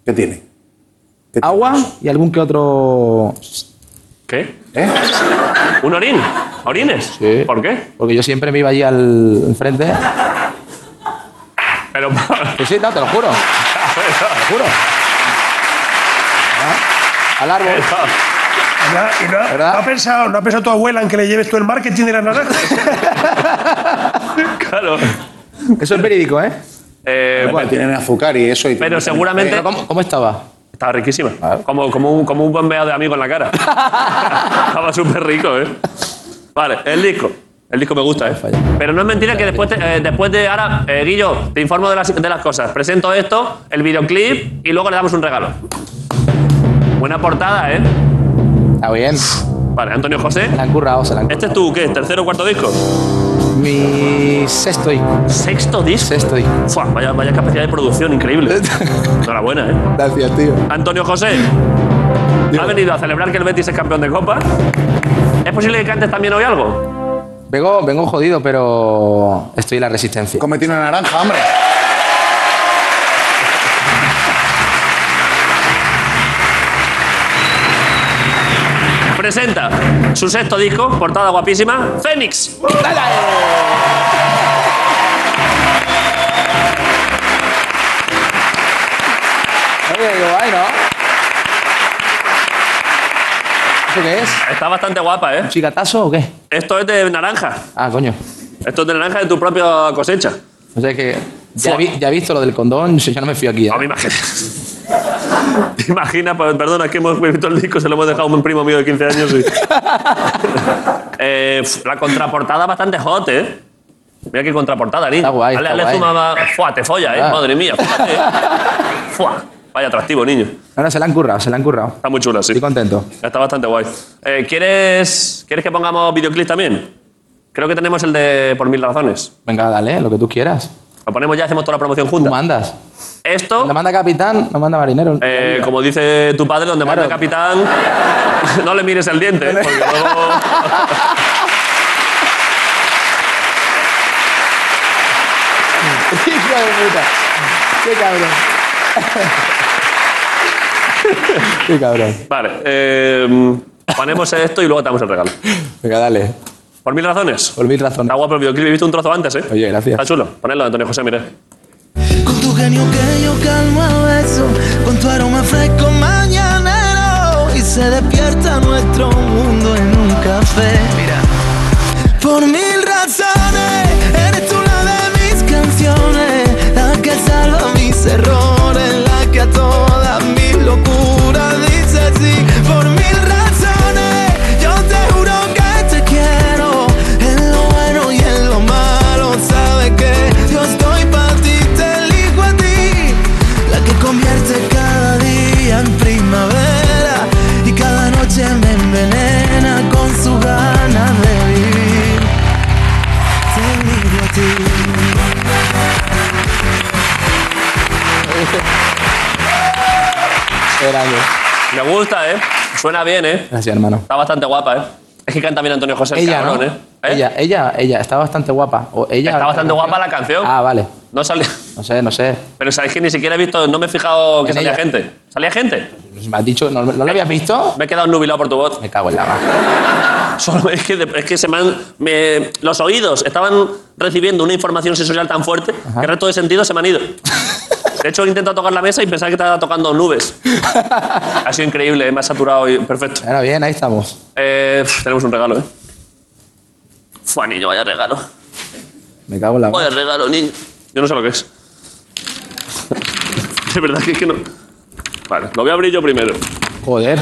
C: ¿Qué tiene?
E: Agua y algún que otro...
A: ¿Qué?
C: ¿Eh?
A: ¿Un orín? ¿Orines?
E: Sí.
A: ¿Por qué?
E: Porque yo siempre me iba allí al al frente.
A: Pero...
E: Pues sí, no, te lo juro. Te lo juro. Ah, Al árbol.
D: Y no, ha- y no ha- no ha pensado, no ha pensado tu abuela en que le lleves tú el marketing de las naranjas.
A: claro.
E: Eso es verídico, ¿eh?
A: Eh,
C: Bueno, tienen Eh, azúcar y eso. Y
A: Pero seguramente...
E: ¿Cómo, cómo estaba?
A: Estaba riquísima. Como, como, un, como un bombeado de amigo en la cara. Estaba súper rico, ¿eh? Vale, el disco. El disco me gusta, ¿eh? Pero no es mentira que después, te- eh, después de ahora, eh, Guillo, te informo de las, de las cosas. Presento esto, el videoclip y luego le damos un regalo. Buena portada, ¿eh?
E: Está bien.
A: Vale, Antonio José.
E: Se la han currado, se la han currado.
A: ¿Este es tu qué? ¿Tercero o cuarto disco?
E: Mi sexto disco.
A: ¿Sexto disco?
E: Sexto disco.
A: Fua, vaya, vaya capacidad de producción increíble. Enhorabuena, ¿eh?
E: Gracias, tío.
A: Antonio José ha venido a celebrar que el Betis es campeón de Copa. ¿Es posible que cantes también hoy algo?
E: Vengo, vengo jodido, pero estoy en la resistencia.
C: Cometí una naranja, hombre.
A: presenta su sexto disco, portada guapísima, Fénix.
E: Oye, qué guay, ¿no?
A: ¿Esto qué es? Está bastante guapa, ¿eh? ¿Un
E: chicatazo o qué?
A: Esto es de naranja.
E: Ah, coño.
A: Esto es de naranja de tu propia cosecha.
E: O sea que. Ya, vi- ya he visto lo del condón, yo ya no me fío aquí. ¿eh?
A: No, me imagino. ¿Te imaginas? Pa- Perdona, es que hemos visto el disco, se lo hemos dejado a un primo mío de 15 años. y- Eh, f- la contraportada bastante hot, ¿eh? Mira qué contraportada, niño. Está guay,
E: está guay.
A: Fua, te folla, ¿eh?
E: Ah.
A: Madre mía, fíjate. ¿eh? Fua. Vaya atractivo, niño.
E: Ahora se la han currado, se la han currado.
A: Está muy chula, sí.
E: Estoy contento.
A: Está bastante guay. Eh, ¿quieres, ¿Quieres que pongamos videoclip también? Creo que tenemos el de Por Mil Razones.
E: Venga, dale, ¿eh? lo que tú quieras.
A: Lo ponemos ya, hacemos toda la promoción juntos.
E: mandas?
A: Esto.
E: Lo manda capitán, lo manda marinero.
A: Eh, como dice tu padre, donde manda el capitán, no le mires el diente, ¿eh? porque luego...
E: Hijo de puta. Qué cabrón. Qué cabrón.
A: Vale, eh, ponemos esto y luego te damos el regalo.
E: Venga, dale.
A: Por mil razones.
E: Por mil razones.
A: Está guapo el videoclip, he visto un trozo antes, ¿eh?
E: Oye, gracias.
A: Está chulo. Ponedlo, Antonio José, mire.
Q: Con tu genio que yo calmo a beso, con tu aroma fresco mañanero y se despierta nuestro mundo en un café. Mira. Por mil razones, eres tú la de mis canciones, la que salva mis errores, la que a todas mis locuras dice sí. Por mil razones, yo te juro que te quiero, en lo bueno y en lo malo, sabes que yo estoy para ti, te elijo a ti, la que convierte cada día en primavera y cada noche me envenena con su ganas de vivir. Te digo a ti.
A: Me gusta, ¿eh? Suena bien, ¿eh?
E: Gracias, hermano.
A: Está bastante guapa, ¿eh? Es que canta bien Antonio José, el
E: Ella, ¿no?
A: cabrón, ¿eh?
E: Ella, ella, ella, está bastante guapa. O ella,
A: Está bastante guapa la canción.
E: Ah, vale.
A: No sale...
E: No sé, no sé.
A: Pero sabéis que ni siquiera he visto, no me he fijado que
E: En
A: salía
E: ella.
A: gente. ¿Salía gente?
E: Me has dicho, ¿no, no lo habías visto?
A: Me he quedado nubilado por tu voz.
E: Me cago en la mano.
A: Solo es que, es que se me han. me- los oídos estaban recibiendo una información sensorial tan fuerte que el resto de sentidos se me han ido. De hecho, he intentado tocar la mesa y pensaba que estaba tocando nubes. Ha sido increíble, me ha saturado y perfecto.
E: Ahora bien, ahí estamos.
A: Eh, pf, tenemos un regalo, ¿eh? Fue niño, vaya regalo.
E: Me cago en la mano.
A: Vaya regalo, niño. Yo no sé lo que es. De verdad que es que no. Vale, lo voy a abrir yo primero.
E: Joder.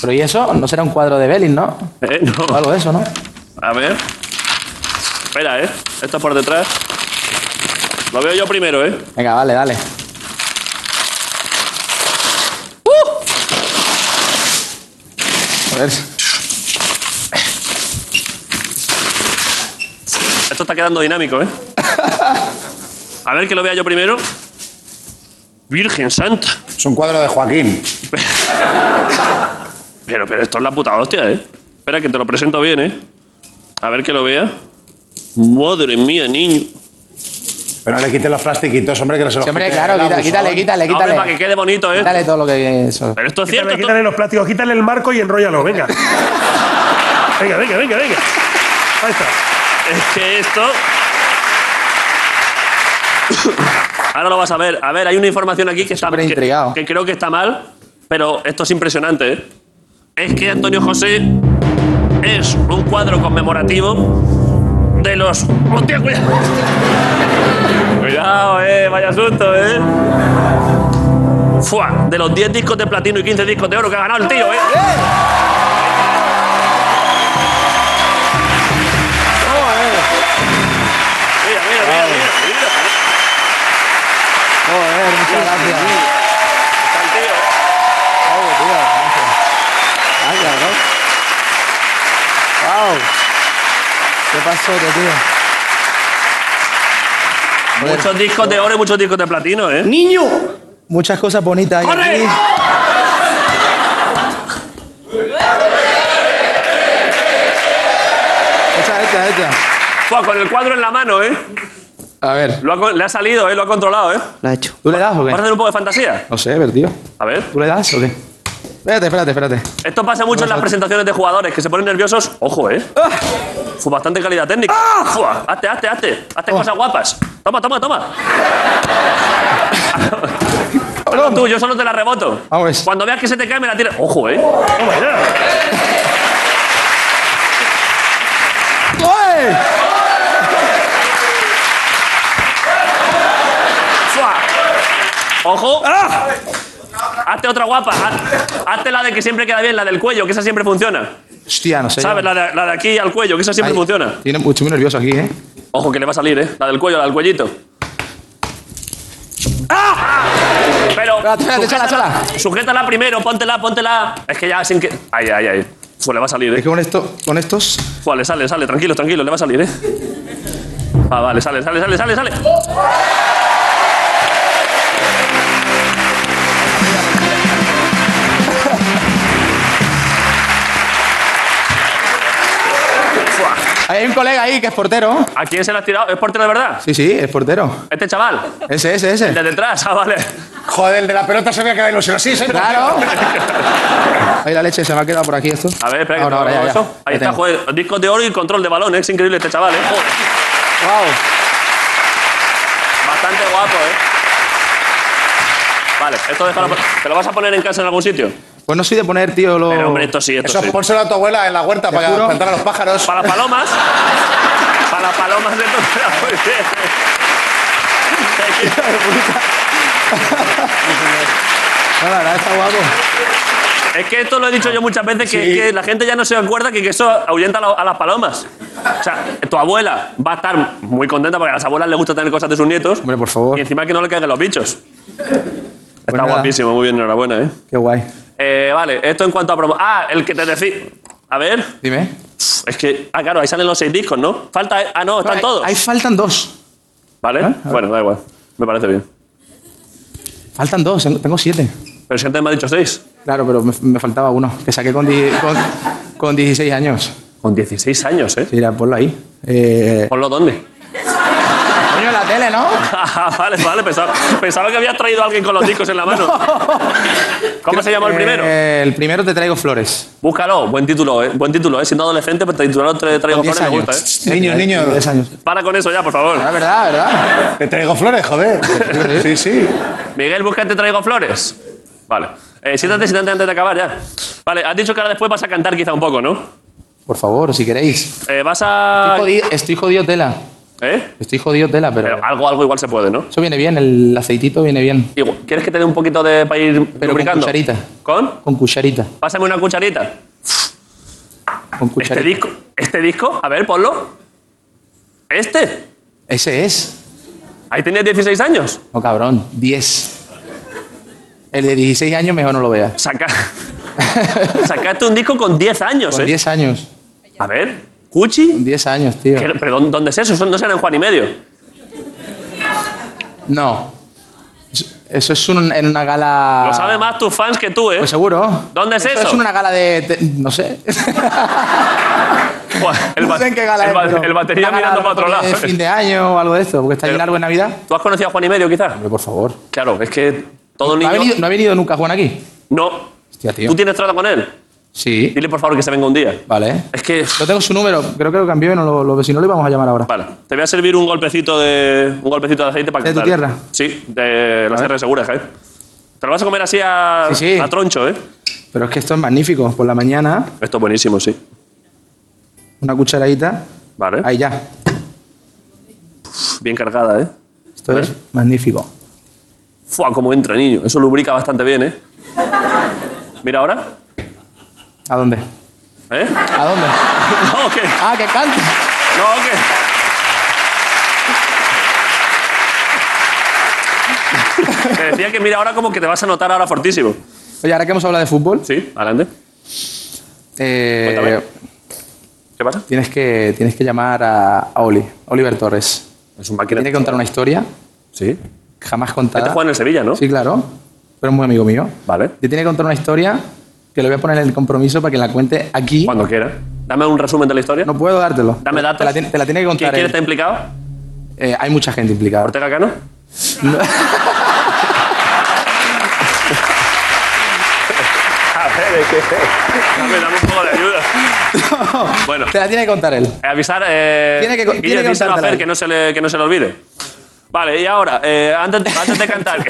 E: Pero ¿y eso? No será un cuadro de Belin, ¿no?
A: Eh, no.
E: O algo de eso, ¿no?
A: A ver. Espera, ¿eh? Esto por detrás. Lo veo yo primero, ¿eh?
E: Venga, vale, dale. Joder.
A: Esto está quedando dinámico, ¿eh? A ver que lo vea yo primero. Virgen Santa.
C: Es un cuadro de Joaquín.
A: Pero, pero esto es la puta hostia, ¿eh? Espera, que te lo presento bien, ¿eh? A ver que lo vea. Madre mía, niño.
C: Pero no le quiten los plastiquitos, hombre, que no se los
E: Sí, hombre,
C: quiten.
E: claro,
C: Era
E: quita- quítale,
C: abusón.
E: quítale,
A: No, hombre,
E: Eh, quítale.
A: para que quede bonito, ¿eh?
E: Quítale todo lo que eso.
A: Pero esto
D: Quítale,
A: es cierto. esto-
D: quítale los plásticos, quítale el marco y enróllalo, venga. venga, venga, venga, venga. Ahí está.
A: Es que esto. Ahora lo vas a ver. A ver, hay una información aquí que está que- que creo que está mal, pero esto es impresionante. ¿eh? Es que Antonio José es un cuadro conmemorativo de los. ¡Hostia, cuidado! Cuidado, eh, vaya asunto, eh. Fua, de los 10 discos de platino y 15 discos de oro que ha ganado el tío, eh. Mira, mira, mira, mira, mira.
E: Joder, muchas gracias. Joder, tío. Ay, cabrón. Wow. ¿Qué pasó, tío?
A: Muchos discos de oro y muchos discos de platino, eh.
E: ¡Niño! Muchas cosas bonitas.
A: ¡Corre!
E: Aquí. Echa, echa, echa.
A: Fua, con el cuadro en la mano, ¿eh?
E: A ver.
A: Lo ha con- le ha salido, ¿eh? Lo ha controlado, ¿eh?
E: La ha hecho. ¿Tú le das o qué?
A: ¿Vas a hacer un poco de fantasía?
E: No sé, a ver, tío.
A: A ver.
E: ¿Tú le das o qué? Espérate, espérate, espérate.
A: Esto pasa mucho en las presentaciones de jugadores que se ponen nerviosos. Ojo, ¿eh? Fue bastante calidad técnica. Fua, Hazte, hazte, hazte. Hazte cosas guapas. Toma, toma, toma. Hazlo tú, yo solo te la reboto.
E: Ah.
A: Cuando veas que se te cae, me la tiras. Ojo, ¿eh? Fua. Ojo. Ah. Hazte otra guapa. Haz- Hazte la de que siempre queda bien, la del cuello, que esa siempre funciona.
E: Hostia, no sé.
A: ¿Sabes? La de, la de aquí al cuello, que esa siempre
E: Ay.
A: funciona.
E: Tiene mucho muy nervioso aquí, ¿eh?
A: Ojo, que le va a salir, ¿eh? La del cuello, la del cuellito. ¡Ah! Pero. sujétala, sujétala primero, póntela, póntela. Es que ya sin que. Ay, ay, ay. Pues le va a salir, ¿eh? Es que
E: con, esto, con estos.
A: Pues le sale, sale, tranquilo, tranquilo, le va a salir, ¿eh? Ah, vale, sale, sale, sale, sale, sale.
E: Hay un colega ahí que es portero.
A: ¿A quién se la has tirado? ¿Es portero de verdad?
E: Sí, sí, es portero.
A: Este chaval.
E: Ese, ese, ese.
A: El de detrás, ah, vale.
C: Joder, el de la pelota se había quedado ilusionado. Sí, sí,
E: Claro. Ahí la leche se me ha quedado por aquí esto.
A: A ver, espera, que
E: Ahora,
A: te
E: ahora,
A: hago
E: ya, ya.
A: eso.
E: Lo
A: Ahí está,
E: tengo.
A: joder. Disco de oro y control de balón, ¿eh? Es increíble este chaval, ¿eh? Joder. Bastante guapo, ¿eh? Vale, esto déjalo. por- ¿Te lo vas a poner en casa en algún sitio?
E: Pues no soy de poner, tío, lo.
A: Pero, hombre, esto sí, esto
C: Eso
A: sí.
C: pónselo a tu abuela en la huerta para
E: juro.
C: plantar a los pájaros.
A: Para palomas. Para palomas de tortera, muy bien.
E: la verdad está guapo.
A: Es que esto lo he dicho yo muchas veces, que, que la gente ya no se acuerda que, que eso ahuyenta a, la- a las palomas. O sea, tu abuela va a estar muy contenta porque a las abuelas les gusta tener cosas de sus nietos. Hombre,
E: por favor.
A: Y encima que no le caguen los bichos. Está
E: Pues nada.
A: guapísimo, muy bien, enhorabuena, ¿eh?
E: Qué guay.
A: Eh, vale, esto en cuanto a promo. Ah, el que te decía. A ver.
E: Dime.
A: Es que. Ah, claro, ahí salen los seis discos, ¿no? Falta. Ah, no, están
E: Ahí-
A: todos.
E: Ahí faltan dos.
A: Vale,
E: Ah,
A: bueno, da igual. Me parece bien.
E: Faltan dos, tengo- tengo siete.
A: Pero si antes me ha dicho seis.
E: Claro, pero me, me faltaba uno, que saqué con, die- con, con 16 años.
A: Con 16 años, ¿eh?
E: Sí, era, ponlo ahí. Eh,
A: ¿Ponlo dónde?
E: Coño, la tele, ¿no?
A: vale, vale, pensaba, pensaba que habías traído a alguien con los discos en la mano. ¿Cómo se llama el primero?
E: Eh, el primero te traigo flores.
A: Búscalo, buen título, ¿eh? Buen título, ¿eh? Siendo adolescente, pero titular te traigo
E: Con
A: flores,
E: 10
A: me
E: años.
A: gusta, ¿eh?
E: Niño, niño. 10 años.
A: Para con eso ya, por favor.
E: La verdad, verdad.
C: Te traigo flores, joder. Sí, sí.
A: Miguel, busca Te Traigo Flores. Vale. Eh, siéntate, siéntate antes de acabar ya. Vale, has dicho que ahora después vas a cantar quizá un poco, ¿no?
E: Por favor, si queréis.
A: Eh, vas a...
E: Estoy jodido, estoy jodido tela.
A: ¿Eh?
E: Estoy jodido tela, pero...
A: Pero algo, algo igual se puede, ¿no?
E: Eso viene bien, el aceitito viene bien.
A: Igual- ¿Quieres que te dé un poquito de para ir
E: Pero con
A: lubricando?
E: cucharita.
A: ¿Con?
E: Con cucharita.
A: Pásame una cucharita.
E: Con
A: Este
E: cucharita.
A: disco, este disco, a ver, ponlo. Este.
E: Ese es.
A: Ahí tenías 16 años.
E: No, cabrón. 10. El de 16 años mejor no lo veas.
A: Saca... Sacaste un disco con 10 años,
E: Con
A: ¿eh?
E: 10 años.
A: A ver, Cuchi.
E: 10 años, tío.
A: ¿qué- ¿Pero dónde- dónde es eso? Eso No será en Juan y Medio.
E: No. Eso es un- en una gala...
A: Lo saben más tus fans que tú, ¿eh?
E: Ah. Pues seguro.
A: ¿Dónde es eso?
E: es una gala de... de- no sé.
A: Buah, El,
E: no
A: ba-
E: sé en qué gala
A: el
E: es,
A: ba-
E: pero
A: el batería
E: una gala
A: mirando para otro lado.
E: De fin de año o algo de esto, porque está bien largo en Navidad.
A: ¿Tú has conocido a Juan y Medio, quizás?
E: Hombre, por favor.
A: Claro, es que
E: ¿No
A: todo niño...
E: ha, venido, no ha venido nunca Juan aquí?
A: No.
E: Hostia, tío.
A: ¿Tú tienes trato con él?
E: Sí.
A: Dile, por favor, que se venga un día.
E: Vale.
A: Es que
E: Yo tengo su número, creo que lo cambió y no lo, lo, si no lo íbamos a llamar ahora.
A: Vale. te voy a servir un golpecito de, un golpecito de aceite para
E: ¿De tu
A: cantar.
E: tierra?
A: Sí, de las tierras seguras, ¿eh? Te lo vas a comer así a,
E: Sí, sí.
A: a troncho, ¿eh?
E: Pero es que esto es magnífico. Por la mañana,
A: Esto es buenísimo, sí.
E: una cucharadita.
A: Vale.
E: Ahí ya.
A: Bien cargada, ¿eh?
E: Esto es magnífico.
A: Fua, cómo entra, niño. Eso lubrica bastante bien, ¿eh? Mira ahora.
E: ¿A dónde?
A: ¿Eh?
E: ¿A dónde?
A: No, que...
E: Ah, que canta.
A: No, que... Te decía que mira ahora como que te vas a notar ahora fortísimo.
E: Oye, ahora que hemos hablado de fútbol,
A: Sí, adelante.
E: eh,
A: Cuéntame. ¿Qué pasa?
E: tienes, que, tienes que llamar a, a Oli, Oliver Torres.
A: Es un máquina.
E: Tiene que contar una historia
A: Sí.
E: jamás contada.
A: Este juega en el Sevilla, ¿no?
E: Sí, claro. Pero es muy amigo mío.
A: Vale.
E: Te tiene que contar una historia que le voy a poner en el compromiso para que la cuente aquí.
A: Cuando quiera. Dame un resumen de la historia.
E: No puedo dártelo.
A: Dame datos.
E: Te la, tiene- te la tiene que
A: ¿Quién
E: contar
A: quién
E: él.
A: está implicado?
E: Eh, hay mucha gente implicada.
A: ¿Ortega Cano?
E: No.
A: Ah, Dame, dame un poco de ayuda. Bueno.
E: Te la tiene que contar él.
A: Eh, avisar. Eh,
E: Tiene que co-
A: Guille,
E: tiene que
A: díselo a
E: contártela.
A: Fer, que no se le, que no se le olvide. Vale, y ahora, eh, antes, de- antes de cantar,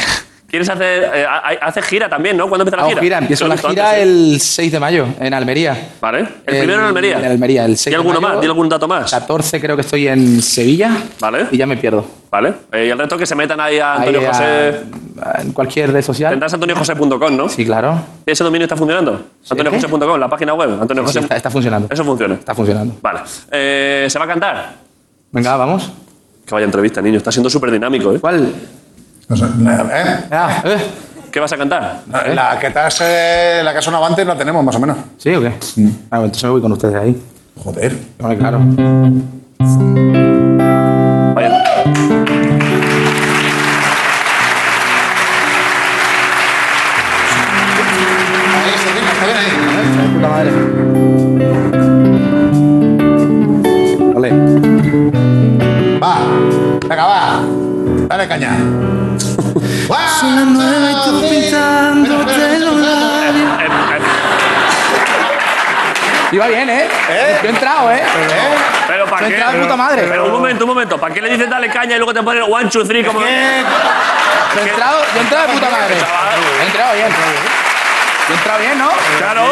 A: ¿quieres hacer. eh, ha- ha- haces gira también, ¿no? ¿Cuándo empieza la
E: Hago
A: gira?
E: gira, empiezo
A: Te lo
E: Ah, la
A: he visto
E: gira
A: antes, ¿eh?
E: el 6 de mayo en Almería.
A: Vale. El primero en Almería.
E: En Almería, el 6
A: ¿Y alguno más? ¿Di algún dato más?
E: 14 creo que estoy en Sevilla.
A: Vale.
E: Y ya me pierdo.
A: Vale. Eh, y el resto que se metan ahí a Antonio
E: Ahí a-
A: José.
E: En cualquier red social.
A: Tendrás antoniojose.com, ¿no? Sí,
E: claro.
A: ¿Ese dominio está funcionando? AntonioJose.com, la página web. Antonio
E: Sí, sí,
A: José.
E: está, está funcionando.
A: Eso funciona.
E: Está funcionando.
A: Vale. Eh, ¿Se va a cantar?
E: Venga, vamos.
A: Que vaya entrevista, niño. Está siendo súper dinámico, ¿eh?
E: ¿Cuál? Ah, eh.
A: ¿Qué vas a cantar?
C: La que, te has, eh, la que ha sonado antes la tenemos, más o menos.
E: ¿Sí o qué? Ah, entonces me voy con ustedes ahí.
C: Joder.
E: Bueno, claro.
C: Ahí, está bien, está bien ahí.
E: Puta madre. Vale.
C: Va, venga, va. Dale caña.
Q: Son las nueve y tú pintándote los labios.
E: Iba bien, ¿eh? Yo he entrado, ¿eh?
A: Pero
E: Se
A: ¿para
E: ha
A: qué?
E: entrado de puta madre.
A: Pero un momento, un momento. ¿Para qué le dices dale caña y luego te ponen one, two, three como...
E: Yo he entrado, yo he entrado de puta madre. He entrado bien. Yo he entrado bien, ¿no?
A: Claro.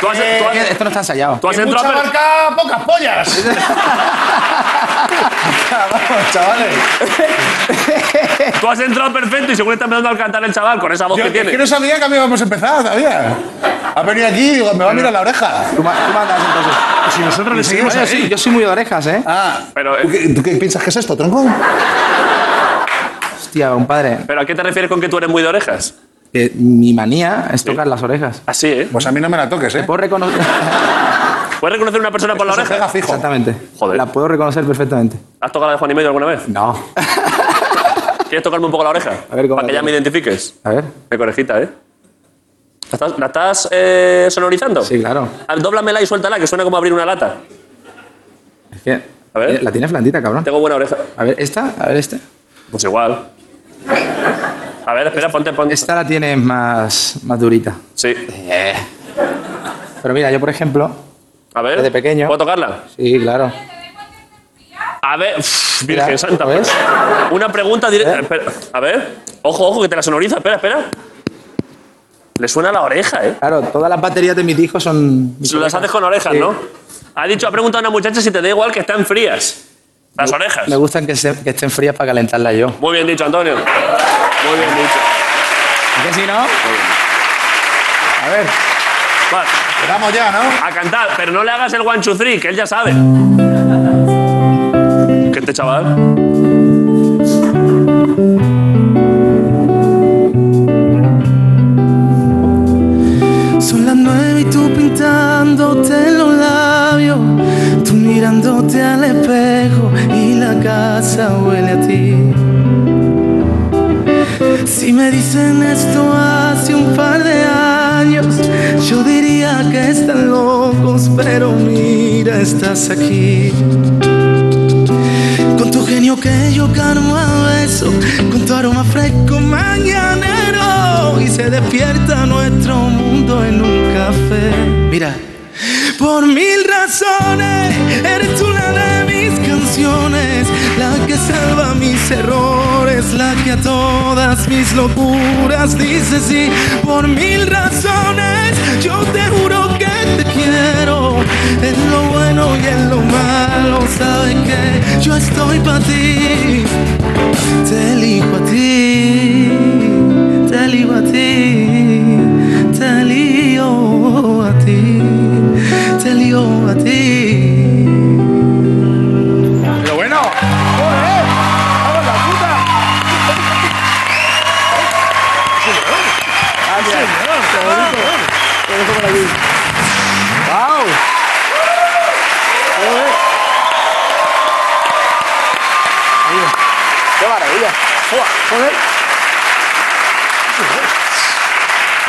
C: Tú has- tú has-
E: Es que Esto no está ensayado.
A: Tú has
C: Que
A: entrado...
C: mucha
A: pero-
C: marca, pocas pollas. Vamos, chavales.
A: Tú has entrado perfecto y seguro está empezando a cantar el chaval con esa voz
C: Yo,
A: que
C: es
A: tiene.
C: que no sabía que habíamos empezado todavía. Ha venido aquí y digo, me va a mirar la oreja.
E: Tú, ma- tú mandas entonces.
D: Si nosotros le seguimos
E: Oye,
D: a
E: sí,
D: él.
E: yo soy muy de orejas, ¿eh?
C: Ah,
A: Pero,
C: ¿tú qué, tú qué piensas que es esto, tronco?
E: Hostia, compadre.
A: ¿Pero a qué te refieres con que tú eres muy de orejas?
E: que mi manía es tocar las orejas.
A: Así, ¿eh?
C: Pues a mí no me la toques, ¿eh?
E: Puedo reconocer.
A: ¿Puedes reconocer una persona por la oreja?
E: Exactamente.
A: Joder.
E: La puedo reconocer perfectamente.
A: ¿Has tocado la de Juan y medio alguna vez?
E: No.
A: ¿Quieres tocarme un poco la oreja?
E: A ver cómo
A: Para
E: la
A: que ya
E: tengo.
A: me identifiques.
E: A ver.
A: Qué orejita, ¿eh? ¿La estás, la estás, eh, sonorizando?
E: Sí, claro.
A: A ver, Dóblamela y suéltala, que suena como abrir una lata.
E: Es que. eh,
A: A ver.
E: La tiene flandita, cabrón.
A: Tengo buena oreja.
E: A ver, esta, a ver, este. esta.
A: Pues igual. A ver, espera, ponte, ponte.
E: Esta la tienes más, más durita.
A: Sí.
E: Eh. Pero mira, yo por ejemplo,
A: A ver.
E: desde pequeño.
A: ¿Puedo tocarla?
E: Sí, claro.
A: A ver. Uf,
E: Mira,
A: Virgen Santa.
E: ¿lo ves? ¿Eh?
A: Una pregunta directa. A ver. Ojo, ojo, que te la sonoriza. Espera, espera. Le suena la oreja, ¿eh?
E: Claro, todas las baterías de mis hijos son. mis
A: Las haces con orejas,
E: Sí.
A: ¿no? Ha dicho, ha preguntado a una muchacha si te da igual que están frías. Las orejas.
E: Me gustan que, se- que estén frías para calentarlas yo.
A: Muy bien dicho, Antonio. Muy bien dicho.
E: ¿Que si no? A ver.
A: Vale,
C: Vamos ya, ¿no?
A: a cantar, pero no le hagas el one, two, three, que él ya sabe. Que este chaval.
Q: Son las nueve y tú pintándote los labios, tú mirándote al espejo y la casa huele a ti. Si me dicen esto hace un par de años, yo diría que están locos, pero mira, estás aquí. Con tu genio que yo carmo a beso, con tu aroma fresco mañanero y se despierta nuestro mundo en un café. Mira, por mil razones eres tú la de mis canciones, la que salva mis errores, la que a todas mis locuras dice sí. Por mil razones yo te juro que te quiero, en lo bueno y en lo malo, sabes que yo estoy para ti, te elijo a ti, te elijo a ti, te elijo a ti, te elijo a ti.
C: Pero bueno. ¡Joder! ¡Vamos la puta!
E: ¡Wow! ¡Qué maravilla!
A: ¡Fua!
E: ¡Joder!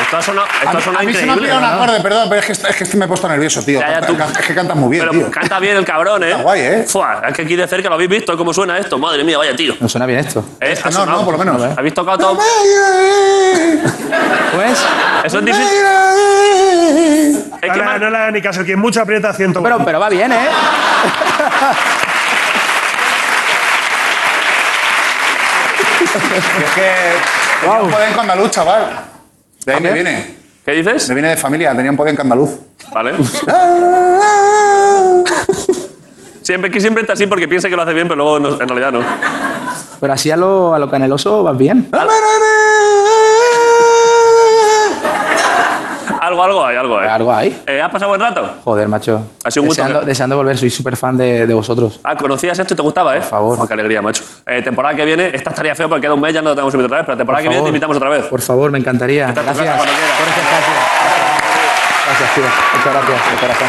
A: Esto ha sonado, esto ha sonado
C: a mí se me ha
A: increíble.
C: pillado un acorde, perdón, pero es que, es que esto me he puesto nervioso, tío.
A: Ya, ya, tú-
C: Es que cantas muy bien,
A: Pero
C: tío.
A: canta bien el cabrón, ¿eh?
C: Está guay, ¿eh?
A: Fua, es que aquí de cerca lo habéis visto, ¿cómo suena esto? Madre mía, vaya tiro.
E: No suena bien esto.
A: Eh, ha
C: Ah, no,
A: sonado.
C: no, por lo menos.
A: Habéis tocado todo.
E: Pues.
A: Eso es difícil.
D: no, le- no le hagas ni caso, quien mucho aprieta, ciento.
E: Pero, pero va bien, ¿eh?
C: Es que tenía un poder en Candaluz, chaval. De ahí me viene.
A: ¿Qué dices?
C: Me viene de familia, tenía un poder en Candaluz.
A: Vale. Siempre que siempre está así porque piensa que lo hace bien, pero luego no- en realidad no.
E: Pero así a lo, a lo caneloso vas bien.
A: Algo, algo hay, algo hay.
E: Algo hay.
A: Eh, ¿Has pasado buen rato?
E: Joder, macho.
A: Ha sido un gusto ¿eh?
E: Deseando,
A: que-
E: deseando volver, soy súper fan de, de vosotros.
A: Ah, conocías esto y te gustaba, ¿eh? Por favor. qué alegría, macho. Eh, temporada que viene, esta estaría feo porque queda un mes, ya no te vamos a invitar otra vez, pero temporada
E: Por
A: que viene Ah, te
E: favor.
A: invitamos otra vez.
E: Por favor, me encantaría.
A: Está en tu
E: Gracias.
A: casa cuando quieras.
E: Gracias, tío. Muchas gracias, de corazón.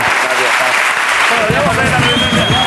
A: Bueno, ya volveré a la biblioteca.